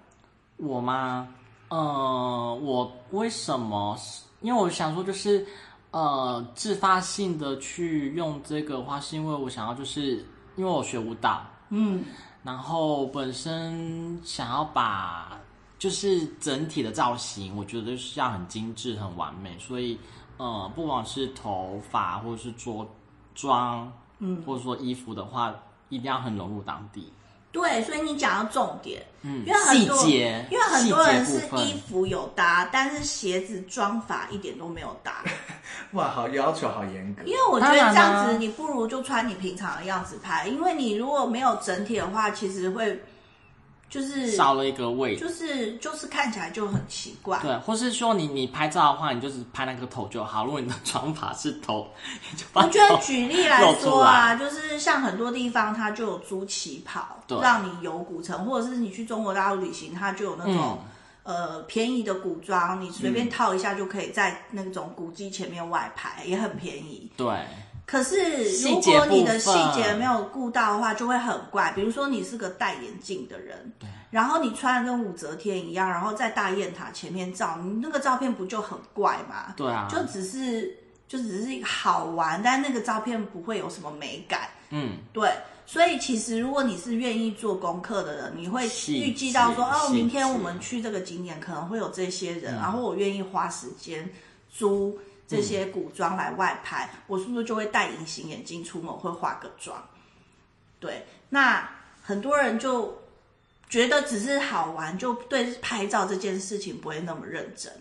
Speaker 5: 我吗？呃，我为什么？因为我想说，就是呃，自发性的去用这个的话，是因为我想要，就是因为我学舞蹈，
Speaker 1: 嗯，
Speaker 5: 然后本身想要把就是整体的造型，我觉得是要很精致、很完美，所以呃，不管是头发或者是着装，嗯，或者说衣服的话，一定要很融入当地，
Speaker 1: 对，所以你讲到重点，
Speaker 5: 嗯
Speaker 1: 因为，很
Speaker 5: 细
Speaker 1: 多
Speaker 5: 节，
Speaker 1: 因为很多人
Speaker 5: 细
Speaker 1: 是
Speaker 5: 节部分
Speaker 1: 衣服有搭，但是鞋子装法一点都没有搭。
Speaker 4: 哇，好要求，好严格
Speaker 1: 因。为我觉得这
Speaker 5: 当然
Speaker 1: 样
Speaker 5: 啦
Speaker 1: 子，你不如就穿你平常的样子拍，因为你如果没有整体的话，其实会就是
Speaker 5: 少了一个味道。
Speaker 1: 就是就是看起来就很奇怪。
Speaker 5: 对，或是说你你拍照的话，你就只拍那个头就好。如果你的 妆法是头，你就把
Speaker 1: 我
Speaker 5: 头。
Speaker 1: 觉得举例来说啊，
Speaker 5: 露
Speaker 1: 就是像很多地方它就有租旗袍
Speaker 5: 对，
Speaker 1: 让你游古城，或者是你去中国大陆旅行，它就有那
Speaker 5: 哦
Speaker 1: 种、
Speaker 5: 嗯
Speaker 1: 呃便宜的古装，你随便套一下就可以在那种古迹前面外拍，也很便宜。
Speaker 5: 对，
Speaker 1: 可是
Speaker 5: 细
Speaker 1: 如
Speaker 5: 节
Speaker 1: 果你
Speaker 5: 部
Speaker 1: 的细
Speaker 5: 分
Speaker 1: 节没有顾到的话，就会很怪。比如说你是个戴眼镜的人，然后你穿的跟武则天一样，然后在大雁塔前面照，你那个照片不就很怪吗？
Speaker 5: 对啊
Speaker 1: 就只是就只是好玩，但那个照片不会有什么美感。
Speaker 5: 嗯，
Speaker 1: 对，所以其实如果你是愿意做功课的人，你会
Speaker 5: 细
Speaker 1: 预计到说，
Speaker 5: 节
Speaker 1: 哦，
Speaker 5: 细
Speaker 1: 明天
Speaker 5: 节
Speaker 1: 我们去这个景点可能会有这些
Speaker 4: 嗯
Speaker 1: 人，然后我愿意花时间租这些
Speaker 4: 嗯
Speaker 1: 古装来外拍，我是不是就会戴隐形眼镜出门，会化个妆？对，那很多人就觉得只是好玩，就对拍照这件事情不会那么认真。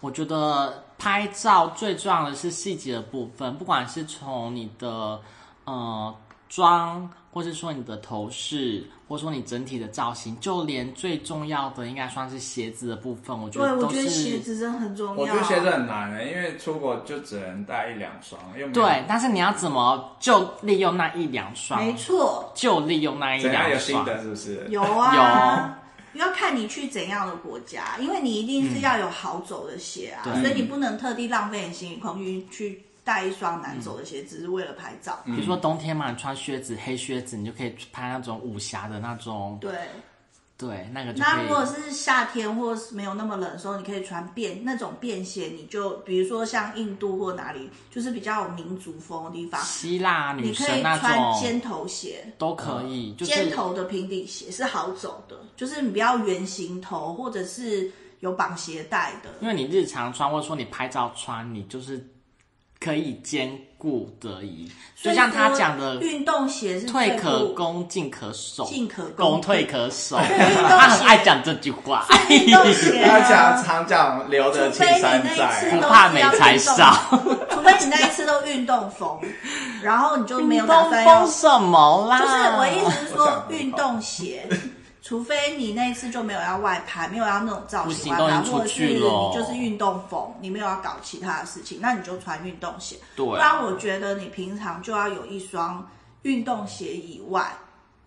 Speaker 5: 我觉得拍照最重要的是细节的部分，不管是从你的呃妆，或是说你的头饰，或者说你整体的造型，就连最重要的应该算是鞋子的部分，我觉
Speaker 1: 对，
Speaker 5: 得
Speaker 1: 我
Speaker 5: 都
Speaker 1: 觉得鞋
Speaker 5: 是。
Speaker 1: 子真的很重要。啊
Speaker 4: 我觉得鞋子很难的，因为出国就只能带一两双，又没有
Speaker 5: 对，但是你要怎么就利用那一两双？
Speaker 1: 没错，
Speaker 5: 就利用那一
Speaker 4: 怎
Speaker 5: 两
Speaker 4: 样有新
Speaker 5: 双。
Speaker 4: 的是不是？
Speaker 1: 有啊，要看你去怎样的国家，因为你一定是要有好走的鞋啊，
Speaker 5: 嗯对
Speaker 1: 所以你不能特地浪费你行李空间去带一双难走的鞋，只是为了拍照。
Speaker 5: 比如说冬天嘛，你穿靴子、黑靴子，你就可以拍那种武侠的那种，
Speaker 1: 对，
Speaker 5: 对，那个就
Speaker 1: 那如果
Speaker 5: 可以。
Speaker 1: 是夏天或是没有那么冷的时候，你可以穿便那种便鞋，你就比如说像印度或哪里，就是比较有民族风的地方，
Speaker 5: 希腊
Speaker 1: 你
Speaker 5: 女
Speaker 1: 可以
Speaker 5: 神那
Speaker 1: 穿尖
Speaker 5: 种
Speaker 1: 头鞋。
Speaker 5: 都可以，就是
Speaker 1: 尖头的平底鞋是好走的，就是你不要圆形头，或者是有绑鞋带的。
Speaker 5: 因为你日常穿，或者说你拍照穿，你就是可以兼顾得宜。就像他讲的，
Speaker 1: 运动鞋是
Speaker 5: 退
Speaker 1: 最
Speaker 5: 可
Speaker 1: 不
Speaker 5: 攻，进可守，
Speaker 1: 进可攻
Speaker 5: 攻退可守。
Speaker 1: 运动
Speaker 5: 他很
Speaker 1: 鞋
Speaker 5: 爱讲这句话，
Speaker 1: 运动鞋
Speaker 4: 他
Speaker 1: 啊
Speaker 4: 讲常讲留得
Speaker 1: 除
Speaker 4: 青
Speaker 1: 非你
Speaker 4: 山
Speaker 1: 那一
Speaker 4: 在
Speaker 1: 次
Speaker 5: 不
Speaker 1: 都，
Speaker 5: 怕美才少。
Speaker 1: 除非你那一次都运动风，然后你就没有打
Speaker 5: 风
Speaker 1: 算要。就
Speaker 5: 风
Speaker 1: 是
Speaker 5: 什么啦？
Speaker 1: 我意思是
Speaker 4: 哦我
Speaker 1: 说
Speaker 4: 想，
Speaker 1: 运动鞋，除非你那一次就没有要外拍，没有要那种造
Speaker 5: 不
Speaker 1: 型
Speaker 5: 行
Speaker 1: 外拍，
Speaker 5: 都已经
Speaker 1: 或者
Speaker 5: 出
Speaker 1: 是
Speaker 5: 去
Speaker 1: 你
Speaker 5: 了
Speaker 1: 就是运动风，你没有要搞其他的事情，那你就穿运动鞋。
Speaker 5: 对啊
Speaker 1: 不然我觉得你平常就要有一双运动鞋以外，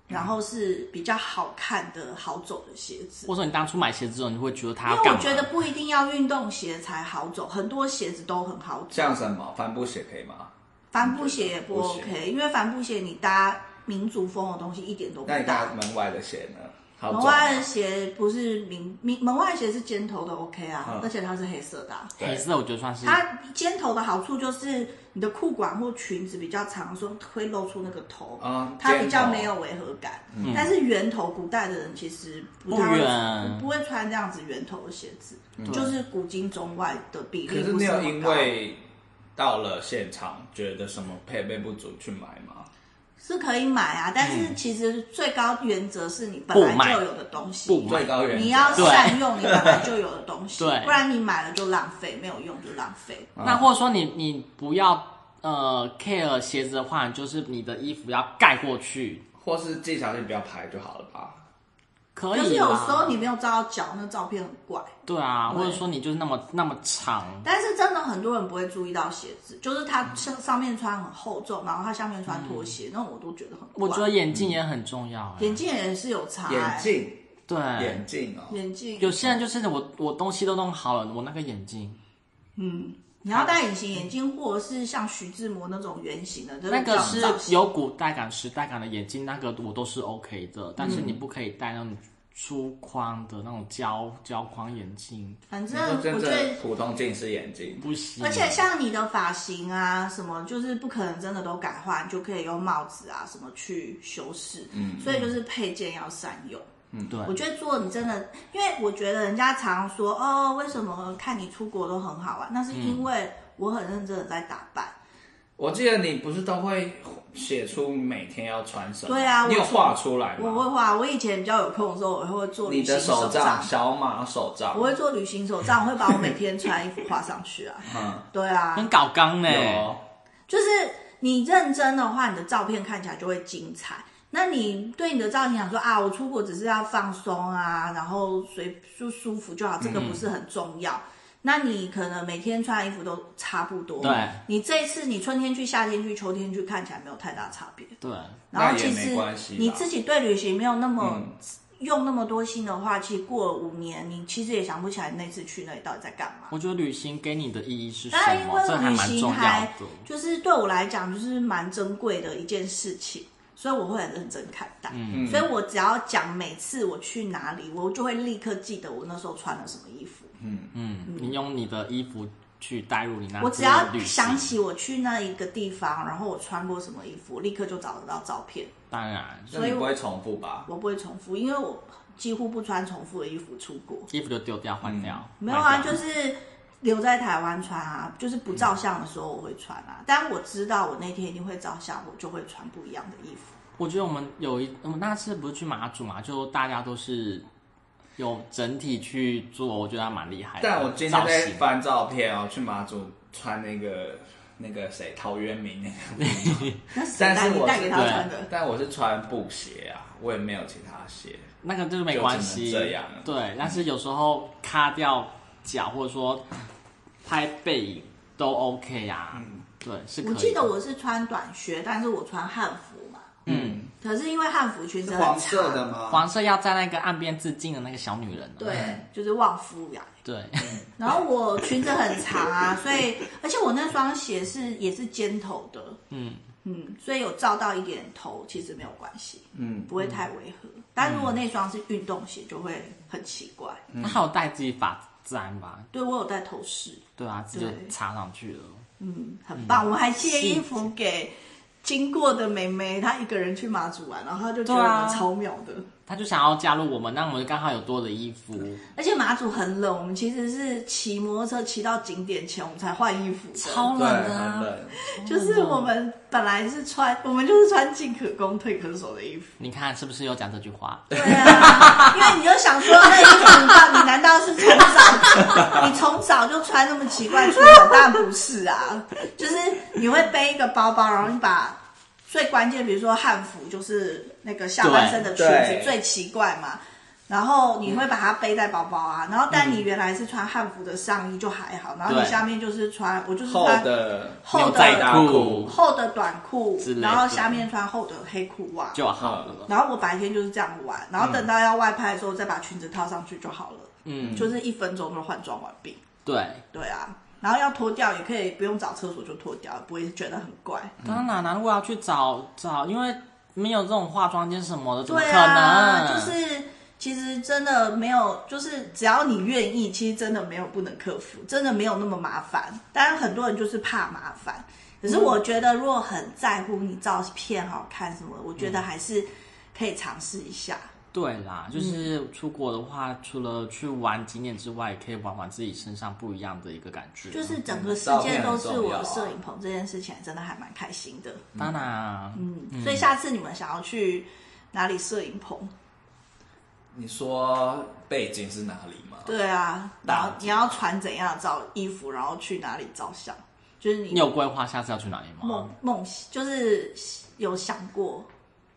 Speaker 1: 然后是比较好看的好走的鞋子。
Speaker 5: 或者说你当初买鞋子之后，你会觉得他
Speaker 1: 因
Speaker 5: 要
Speaker 1: 为
Speaker 5: 干
Speaker 1: 我
Speaker 5: 嘛？
Speaker 1: 觉得不一定要运动鞋才好走，很多鞋子都很好走。
Speaker 4: 像什么帆布鞋可以吗？
Speaker 1: 帆布鞋也不
Speaker 4: 帆布鞋
Speaker 1: OK，因为帆布鞋你搭民族风的东西一点都不
Speaker 4: 那你搭
Speaker 1: 搭。
Speaker 4: 门外的鞋呢？好啊
Speaker 1: 门
Speaker 4: 走
Speaker 1: 外
Speaker 4: 吗
Speaker 1: 的鞋不是明明门外的鞋是尖头的 OK 啊，
Speaker 4: 嗯
Speaker 1: 而且它是黑色的啊、
Speaker 4: 对
Speaker 5: 黑色我觉得算是
Speaker 1: 它尖头的好处就是你的裤管或裙子比较长，说会露出那个头，
Speaker 4: 啊
Speaker 1: 它比
Speaker 4: 尖
Speaker 1: 较
Speaker 4: 头嗯
Speaker 1: 没有违和感。但是圆头，古代的人其实不
Speaker 5: 不
Speaker 1: 太
Speaker 5: 圆
Speaker 1: 会不会穿这样子圆头的鞋子，就是古今中外的比
Speaker 4: 嗯可
Speaker 1: 例
Speaker 4: 是
Speaker 1: 不
Speaker 4: 没有
Speaker 1: 很
Speaker 4: 因
Speaker 1: 高
Speaker 4: 为到了现场觉得什么配备不足去买吗？
Speaker 1: 是可以买啊，但
Speaker 4: 嗯
Speaker 1: 是其实最高原则是你本
Speaker 5: 不
Speaker 1: 来
Speaker 5: 买
Speaker 1: 就有的东西，
Speaker 5: 不买
Speaker 4: 最高原则
Speaker 1: 你要
Speaker 5: 对
Speaker 1: 善用你本来就有的东西，
Speaker 5: 对
Speaker 1: 不然你买了就浪费，没有用就浪费。
Speaker 5: 那或者说你你不要呃 care 鞋子的话，就是你的衣服要盖过去，
Speaker 4: 或是技巧性不要拍就好了吧？
Speaker 5: 可以
Speaker 1: 可
Speaker 5: 啦。
Speaker 1: 是有时候你没有照到脚，那照片很怪。
Speaker 5: 对啊，
Speaker 1: 对
Speaker 5: 或者说你就是那么那么长，
Speaker 1: 但是真的很多人不会注意到鞋子，就是他上上面穿很厚重，然后他下面穿拖鞋，那种我都觉得很怪。
Speaker 5: 嗯我觉得眼镜也很重要、欸。
Speaker 1: 眼镜也是有差、
Speaker 4: 眼
Speaker 1: 欸，
Speaker 4: 镜，
Speaker 5: 对，
Speaker 4: 眼镜哦，
Speaker 1: 眼镜
Speaker 5: 有些人就是我我东西都弄好了，我那个眼镜，
Speaker 1: 你要戴隐形眼镜，或者是像徐志摩那种圆形的，
Speaker 5: 那
Speaker 1: 这
Speaker 5: 个
Speaker 1: 种造
Speaker 5: 是
Speaker 1: 型
Speaker 5: 有古代感、时代感的眼镜，那个我都是 OK 的，但是你不可以戴那种粗框的那种胶胶框眼镜，
Speaker 1: 反
Speaker 4: 你
Speaker 1: 正我
Speaker 4: 说
Speaker 1: 觉
Speaker 4: 真
Speaker 1: 得
Speaker 4: 正普通近视眼镜，
Speaker 5: 不行。
Speaker 1: 而且像你的发型啊，什么就是不可能真的都改换，就可以用帽子啊什么去修饰。嗯，所以就是配件要善用。
Speaker 5: 嗯对，
Speaker 1: 我觉得做你真的，因为我觉得人家常说哦，为什么看你出国都很好玩？那是因为我很认真的在打扮。
Speaker 4: 我记得你不是都会写出每天要穿什么？
Speaker 1: 对啊
Speaker 4: 你有
Speaker 1: 我
Speaker 4: 画出来
Speaker 1: 我
Speaker 4: 吗？
Speaker 1: 会画，我以前比较有空的时候，我会做
Speaker 4: 嗯你
Speaker 1: 旅行
Speaker 4: 的
Speaker 1: 手
Speaker 4: 账，小马手账，
Speaker 1: 我会做旅行手账，我会把我每天穿衣服画上去啊。
Speaker 4: 嗯，
Speaker 1: 对啊，
Speaker 5: 很搞刚呢、
Speaker 4: 有哦
Speaker 1: 就是你认真的话，你的照片看起来就会精彩。那你对你的造型想说啊，我出国只是要放松啊，然后随就舒服就好，这个不是很重要。
Speaker 4: 嗯
Speaker 1: 那你可能每天穿的衣服都差不多，
Speaker 5: 对
Speaker 1: 你这一次你春天去、夏天去、秋天去，看起来没有太大差别。
Speaker 5: 对，
Speaker 1: 然后
Speaker 4: 那也
Speaker 1: 其
Speaker 4: 没
Speaker 1: 实
Speaker 4: 关系啦
Speaker 1: 你自己对旅行没有那么、
Speaker 4: 嗯
Speaker 1: 用那么多心的话，其实过了五年，你其实也想不起来那次去那里到底在干嘛。
Speaker 5: 我觉得旅行给你的意义是什
Speaker 1: 当哎然，因
Speaker 5: 么？哦这
Speaker 1: 为
Speaker 5: 还
Speaker 1: 旅
Speaker 5: 蛮重
Speaker 1: 行
Speaker 5: 要的嗯
Speaker 1: 还。就是对我来讲，就是蛮珍贵的一件事情，所以我会很认真看待。嗯，所以我只要讲每次我去哪里，我就会立刻记得我那时候穿了什么衣服。
Speaker 5: 嗯，你用你的衣服去带入你那次
Speaker 1: 我只要
Speaker 5: 旅行
Speaker 1: 想，起我去那一个地方，然后我穿过什么衣服，立刻就找得到照片。
Speaker 5: 当然
Speaker 4: 那你
Speaker 1: 所以
Speaker 4: 不
Speaker 1: 我
Speaker 4: 会重复吧？
Speaker 1: 我不会重复，因为我几乎不穿重复的衣服出国。
Speaker 5: 衣服就丢掉换掉。
Speaker 1: 没有啊，
Speaker 5: 卖掉
Speaker 1: 就是留在台湾穿啊，就是不照相的时候我会穿啊。但我知道我那天一定会照相，我就会穿不一样的衣服。
Speaker 5: 我觉得我们有一，我们那次不是去马祖嘛，就大家都是有整体去做，我觉得还蛮厉害的。
Speaker 4: 但我今天
Speaker 5: 造
Speaker 4: 在
Speaker 5: 型
Speaker 4: 翻照片哦，去马祖穿那个那个谁陶渊明那个布嘛，
Speaker 1: 那谁
Speaker 4: 但
Speaker 1: 带
Speaker 4: 是
Speaker 1: 你
Speaker 4: 我
Speaker 1: 带给他
Speaker 5: 对
Speaker 1: 穿的？
Speaker 4: 但我是穿布鞋啊，我也没有其他鞋。
Speaker 5: 那个就是没关系，
Speaker 4: 就只能这样了
Speaker 5: 对，但是有时候卡掉脚或者说拍背影都 OK 啊，对，是可以
Speaker 1: 我
Speaker 5: 的。
Speaker 1: 记得我是穿短靴，但是我穿汉服嘛。嗯，可是因为汉服裙子很长，
Speaker 4: 吗？
Speaker 5: 黄色要在那个岸边自尽的那个小女人啊，
Speaker 1: 对，就是旺夫呀。
Speaker 5: 对，
Speaker 1: 然后我裙子很长啊，所以而且我那双鞋是也是尖头的，嗯嗯，所以有照到一点头，其实没有关系，嗯，不会太违和。但如果那双是运动鞋，就会很奇怪。
Speaker 5: 她还有带自己发簪吧？
Speaker 1: 对我有戴头饰，
Speaker 5: 对啊，自己
Speaker 1: 对
Speaker 5: 就插上去了。
Speaker 1: 嗯，很棒。我还借衣服给经过的妹妹，她一个人去马祖玩，然后她就觉得我
Speaker 5: 对啊
Speaker 1: 们超妙的。
Speaker 5: 她就想要加入我们，那我们刚好有多的衣服，
Speaker 1: 而且马祖很冷，我们其实是骑摩托车骑到景点前，我们才换衣服的。
Speaker 5: 超冷
Speaker 4: 对，很
Speaker 5: 的、啊。
Speaker 4: 冷。
Speaker 1: 就是我们本来是穿，我们就是穿进可攻退可守的衣服。
Speaker 5: 你看是不是又讲这句话？
Speaker 1: 对啊，因为你就想说，那衣服到底难道是从早，你从早就穿那么奇怪出门？当然不是啊，就是你会背一个包包，然后你把最关键，比如说汉服，就是那个下半身的裙
Speaker 4: 对
Speaker 1: 子最奇怪嘛。然后你会把它背在包包啊，然后但你原来是穿汉服的上衣就还好，然后你
Speaker 5: 嗯对
Speaker 1: 下面就是穿，我就是
Speaker 4: 厚
Speaker 1: 穿
Speaker 4: 的
Speaker 1: 厚
Speaker 5: 牛仔
Speaker 1: 的
Speaker 4: 大
Speaker 5: 裤
Speaker 4: 裤
Speaker 1: 厚的短裤
Speaker 5: 之类，的
Speaker 1: 然后下面穿厚的黑裤袜。
Speaker 5: 就好了。
Speaker 1: 然后我白天就是这样玩，然后等到要外拍的
Speaker 5: 嗯
Speaker 1: 时候再把裙子套上去就好了。嗯，就是一分钟就换装完毕。
Speaker 5: 对，
Speaker 1: 对啊，然后要脱掉也可以不用找厕所就脱掉，不会觉得很怪。
Speaker 5: 当然啦，如果要去找找，因为没有这种化妆间什么的，怎么
Speaker 1: 对
Speaker 5: 可
Speaker 1: 啊，
Speaker 5: 能？
Speaker 1: 就是其实真的没有，就是只要你愿意，其实真的没有不能克服，真的没有那么麻烦。当然很多人就是怕麻烦，可是我觉得如果很在乎你照片好看什么，我
Speaker 5: 嗯
Speaker 1: 觉得还是可以尝试一下。
Speaker 5: 对啦，
Speaker 1: 嗯
Speaker 5: 就是出国的话，除了去玩景点之外，也可以玩玩自己身上不一样的一个感觉。
Speaker 1: 就是整个世界都是我
Speaker 3: 啊
Speaker 1: 的摄影棚，这件事情还真的还蛮开心的。
Speaker 5: 当然，啊
Speaker 1: 嗯，所以下次你们想要去哪里摄影棚？
Speaker 3: 哦你说背景是哪里吗？
Speaker 1: 对啊，
Speaker 3: 大
Speaker 1: 然后你要穿怎样的照衣服，然后去哪里照相？就是你
Speaker 5: 你有规划下次要去哪里吗
Speaker 1: 梦？梦就是有想过，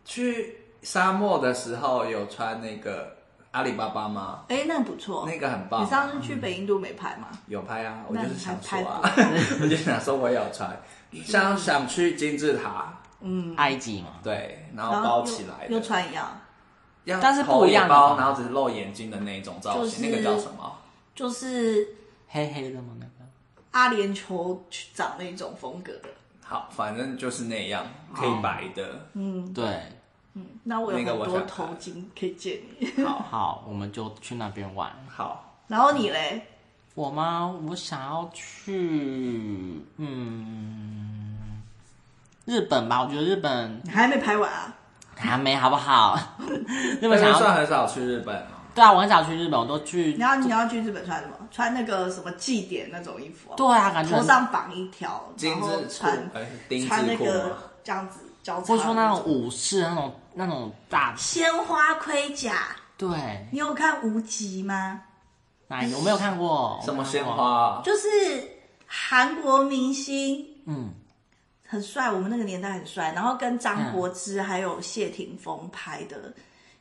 Speaker 3: 去沙漠的时候有穿那个阿里巴巴吗？
Speaker 1: 哎、那个不错，
Speaker 3: 那个啊嗯很棒
Speaker 1: 你上次去北印度没拍吗？
Speaker 3: 有拍啊，我
Speaker 1: 那
Speaker 3: 就是
Speaker 1: 你
Speaker 3: 想说
Speaker 1: 还
Speaker 3: 啊， 我就想说我有穿，像想去金字塔，
Speaker 5: 埃及嘛，
Speaker 3: 对，然后
Speaker 1: 然
Speaker 3: 包
Speaker 1: 后
Speaker 3: 起来的，
Speaker 1: 又又穿一样，
Speaker 3: 要
Speaker 5: 但是
Speaker 3: 头
Speaker 5: 不一
Speaker 3: 也
Speaker 5: 样的
Speaker 3: 包，
Speaker 5: 吧
Speaker 3: 然后只是露眼睛的那一种造型，
Speaker 1: 就是
Speaker 3: 那个叫什么？
Speaker 1: 就是
Speaker 5: 黑黑的吗？那个
Speaker 1: 阿联酋长那种风格的。
Speaker 3: 好，反正就是那样，可以白的。
Speaker 1: 嗯
Speaker 5: 对，
Speaker 1: 那我有
Speaker 3: 那个
Speaker 1: 很
Speaker 3: 我
Speaker 1: 多
Speaker 3: 想
Speaker 1: 头
Speaker 3: 看
Speaker 1: 巾可以借你。
Speaker 3: 好，
Speaker 5: 好，我们就去那边玩。
Speaker 3: 好，
Speaker 1: 然后你嘞？
Speaker 5: 我吗？我想要去，嗯，日本吧。我觉得日本
Speaker 1: 你还没拍完啊？
Speaker 5: 还没好不好？ 日
Speaker 3: 日
Speaker 5: 本
Speaker 3: 本
Speaker 5: 想
Speaker 3: 算
Speaker 5: 要，
Speaker 3: 很少去日本哦，
Speaker 5: 对啊，我很少去日本，我都去
Speaker 1: 你。要你要去日本穿什么？穿那个什么祭典那种衣服、啊？
Speaker 5: 对啊，感觉
Speaker 1: 头上绑一条，然
Speaker 3: 精
Speaker 1: 后
Speaker 3: 致裤
Speaker 1: 穿，
Speaker 5: 呃
Speaker 3: 哎，丁
Speaker 1: 穿
Speaker 3: 字
Speaker 1: 那
Speaker 3: 裤
Speaker 1: 个
Speaker 3: 吗？
Speaker 1: 这样子交叉，
Speaker 5: 或者说那种武士那种那种大，
Speaker 1: 鲜花盔甲。
Speaker 5: 对，
Speaker 1: 你有看无极吗？
Speaker 5: 哪一个我没有看过？
Speaker 3: 什么鲜
Speaker 5: 我没有看过？
Speaker 3: 花？啊
Speaker 1: 就是韩国明星
Speaker 5: 嗯，
Speaker 1: 很帅，我们那个年代很帅，然后跟张柏芝还有谢霆锋拍的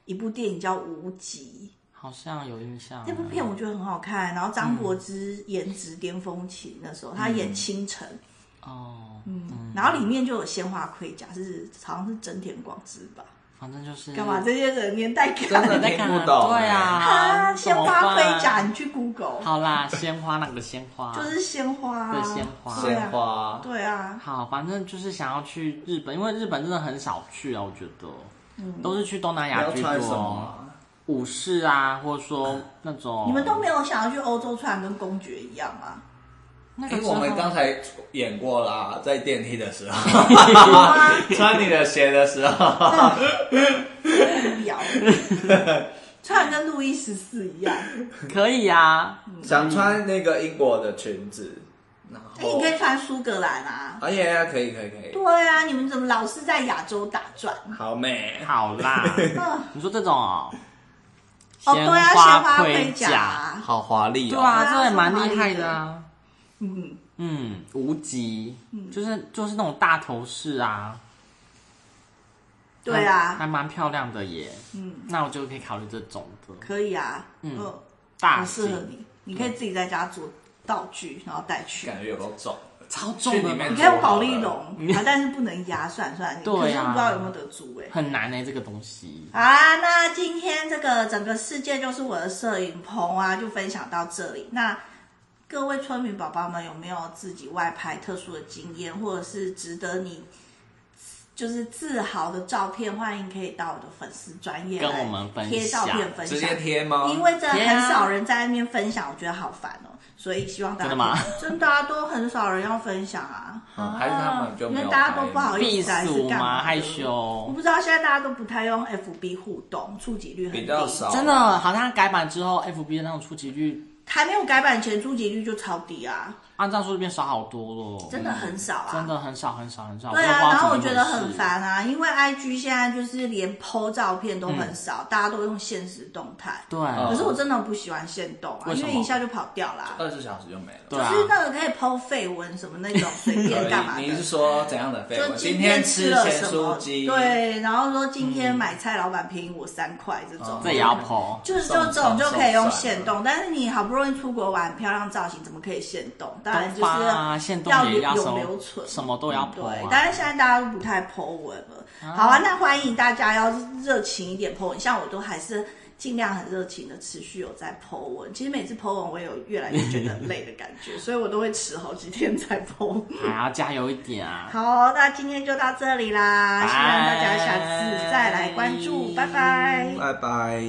Speaker 1: 一部电影叫《无极》，
Speaker 5: 好像有印象。
Speaker 1: 那部片我觉得很好看。然后张
Speaker 5: 嗯
Speaker 1: 柏芝颜值巅峰期那时候，她演倾城，
Speaker 5: 哦，
Speaker 1: 然后里面就有鲜花盔甲，是好像是真田广之吧？
Speaker 5: 反正就是
Speaker 1: 干嘛？这些人年代
Speaker 3: 真
Speaker 1: 感
Speaker 3: 的？
Speaker 5: 在
Speaker 3: 听
Speaker 5: 看
Speaker 3: 不懂哎
Speaker 5: 对
Speaker 1: 啊，
Speaker 5: 啊，
Speaker 1: 鲜
Speaker 5: 怎么
Speaker 1: 花
Speaker 5: 办
Speaker 1: 盔甲，你去 Google，
Speaker 5: 好啦，鲜花那个鲜花，
Speaker 1: 就是鲜花、啊，
Speaker 5: 对鲜花
Speaker 1: 对
Speaker 3: 鲜
Speaker 1: 啊，
Speaker 3: 花。
Speaker 1: 对啊，
Speaker 5: 好，反正就是想要去日本，因为日本真的很少去啊，我觉得，
Speaker 1: 嗯
Speaker 5: 都是去东南
Speaker 3: 你
Speaker 5: 亚
Speaker 3: 要
Speaker 5: 居
Speaker 3: 穿什
Speaker 5: 多，
Speaker 3: 么？啊
Speaker 5: 武士啊，或者说那种
Speaker 1: 你们都没有想要去欧洲穿跟公爵一样吗？
Speaker 5: 那
Speaker 3: 因
Speaker 1: 哎
Speaker 5: 个
Speaker 3: 为我们刚
Speaker 5: 才
Speaker 3: 才演过啦，在电梯的时候， 穿你的鞋的时候，
Speaker 1: 无聊，穿得跟路易十四一样。
Speaker 5: 可以啊，
Speaker 1: 嗯
Speaker 3: 想穿那个英国的裙子，然
Speaker 1: 哎、
Speaker 3: 后
Speaker 1: 你可以穿苏格兰啊。
Speaker 3: 哎呀，可以可以可以，
Speaker 1: 对啊，你们怎么老是在亚洲打转？
Speaker 3: 好美，
Speaker 5: 好啦，
Speaker 1: 嗯，
Speaker 5: 你说这种哦，
Speaker 1: 哦对啊鲜花盔甲
Speaker 3: 好华丽
Speaker 5: 对
Speaker 3: 哦！
Speaker 5: 啊，这也蛮厉害的啊。
Speaker 1: 嗯，
Speaker 5: 嗯，无极，就是就是那种大头饰啊，
Speaker 1: 对
Speaker 5: 还
Speaker 1: 啊，
Speaker 5: 还蛮漂亮的耶。
Speaker 1: 嗯
Speaker 5: 嗯，那我就可以考虑这种的
Speaker 1: 可以啊，嗯，
Speaker 5: 嗯
Speaker 1: 很、
Speaker 5: 大
Speaker 1: 适
Speaker 5: 型
Speaker 1: 合，你，你可以自己在家做道具，然后带去。
Speaker 3: 感觉有够重，
Speaker 5: 超重
Speaker 3: 去
Speaker 5: 的
Speaker 3: 里面
Speaker 5: 嘛
Speaker 1: 你可以用宝丽龙啊，但是不能压，算了算了，你可
Speaker 5: 对
Speaker 1: 是
Speaker 5: 啊
Speaker 1: 不知道有没有得租哎、
Speaker 5: 很难欸呢、这个东西。
Speaker 1: 好啦，那今天这个整个世界就是我的摄影棚啊，就分享到这里。那各位村民宝宝们有没有自己外拍特殊的经验，或者是值得你就是自豪的照片？欢迎可以到我的粉丝专业
Speaker 5: 跟我们分享
Speaker 1: 贴照片分
Speaker 3: 直接
Speaker 1: 享。
Speaker 3: 贴吗？
Speaker 1: 因为真的
Speaker 5: 贴
Speaker 1: 很
Speaker 5: 啊
Speaker 1: 少人在那边分享，我觉得好烦哦、所以 希望大家
Speaker 5: 真的吗
Speaker 1: 真的啊，都很少人要分享啊，
Speaker 3: 嗯还是他们就
Speaker 1: 因
Speaker 3: 没
Speaker 1: 为
Speaker 3: 有
Speaker 1: 大家都不好
Speaker 5: 避
Speaker 1: 意思还是
Speaker 5: 暑
Speaker 1: 干嘛
Speaker 5: 吗？
Speaker 1: 的
Speaker 5: 害
Speaker 1: 我
Speaker 5: 羞
Speaker 1: 不，知道现在大家都不太用 FB 互动，触及率很低
Speaker 3: 比较少，
Speaker 5: 真的好像改版之后，FB 的那种触及率，
Speaker 1: 还没有改版前触及率就超低啊，
Speaker 5: 按照数字变少好多了，
Speaker 1: 真的很少啊。
Speaker 5: 嗯真的很少很少很少。
Speaker 1: 对
Speaker 5: 都不
Speaker 1: 啊
Speaker 5: 知，道
Speaker 1: 然后我
Speaker 5: 怎么
Speaker 1: 觉得
Speaker 5: 回事
Speaker 1: 很。烦啊，因为 IG 现在就是连 PO 照片都很少，大家都用现实动态。
Speaker 5: 嗯对，
Speaker 1: 可是我真的不喜欢现动啊，
Speaker 5: 为什
Speaker 1: 因
Speaker 5: 么
Speaker 1: 为一下就跑掉啦。
Speaker 3: 二十小时就没了。
Speaker 5: 对啊
Speaker 1: 就，是那个可以 PO 绯闻什么那种，随 便干嘛
Speaker 3: 你是
Speaker 1: 的。
Speaker 3: 说怎样的绯
Speaker 1: 就
Speaker 3: 闻？
Speaker 1: 今
Speaker 3: 天
Speaker 1: 吃
Speaker 3: 吃
Speaker 1: 了
Speaker 3: 咸
Speaker 1: 什么
Speaker 3: 酥？鸡，，
Speaker 1: 对，然后说今天买菜，老板便宜我三块这种。
Speaker 5: 这也要剖，
Speaker 1: 就是就这种就可以用现动，但是你好不容易出国玩，漂亮造型怎么可以现动？当然就
Speaker 5: 东方 啊，
Speaker 1: 是
Speaker 5: 现动
Speaker 1: 要
Speaker 5: 也
Speaker 1: 有
Speaker 5: 要什
Speaker 1: 有留
Speaker 5: 么
Speaker 1: 存。
Speaker 5: 什么都要剖
Speaker 1: 对，
Speaker 5: 啊。
Speaker 1: 但是现在大家都不太 po 文了。好啊，那欢迎大家要热情一点 po 文，像我都还是尽量很热情的持续有在 Po 文。其实每次 Po 文我也有越来越觉得累的感觉，所以我都会迟好几天才 Po 文。
Speaker 5: 还要加油一点啊！
Speaker 1: 好，那今天就到这里啦，希望大家下次再来关注，拜拜。
Speaker 4: 拜拜。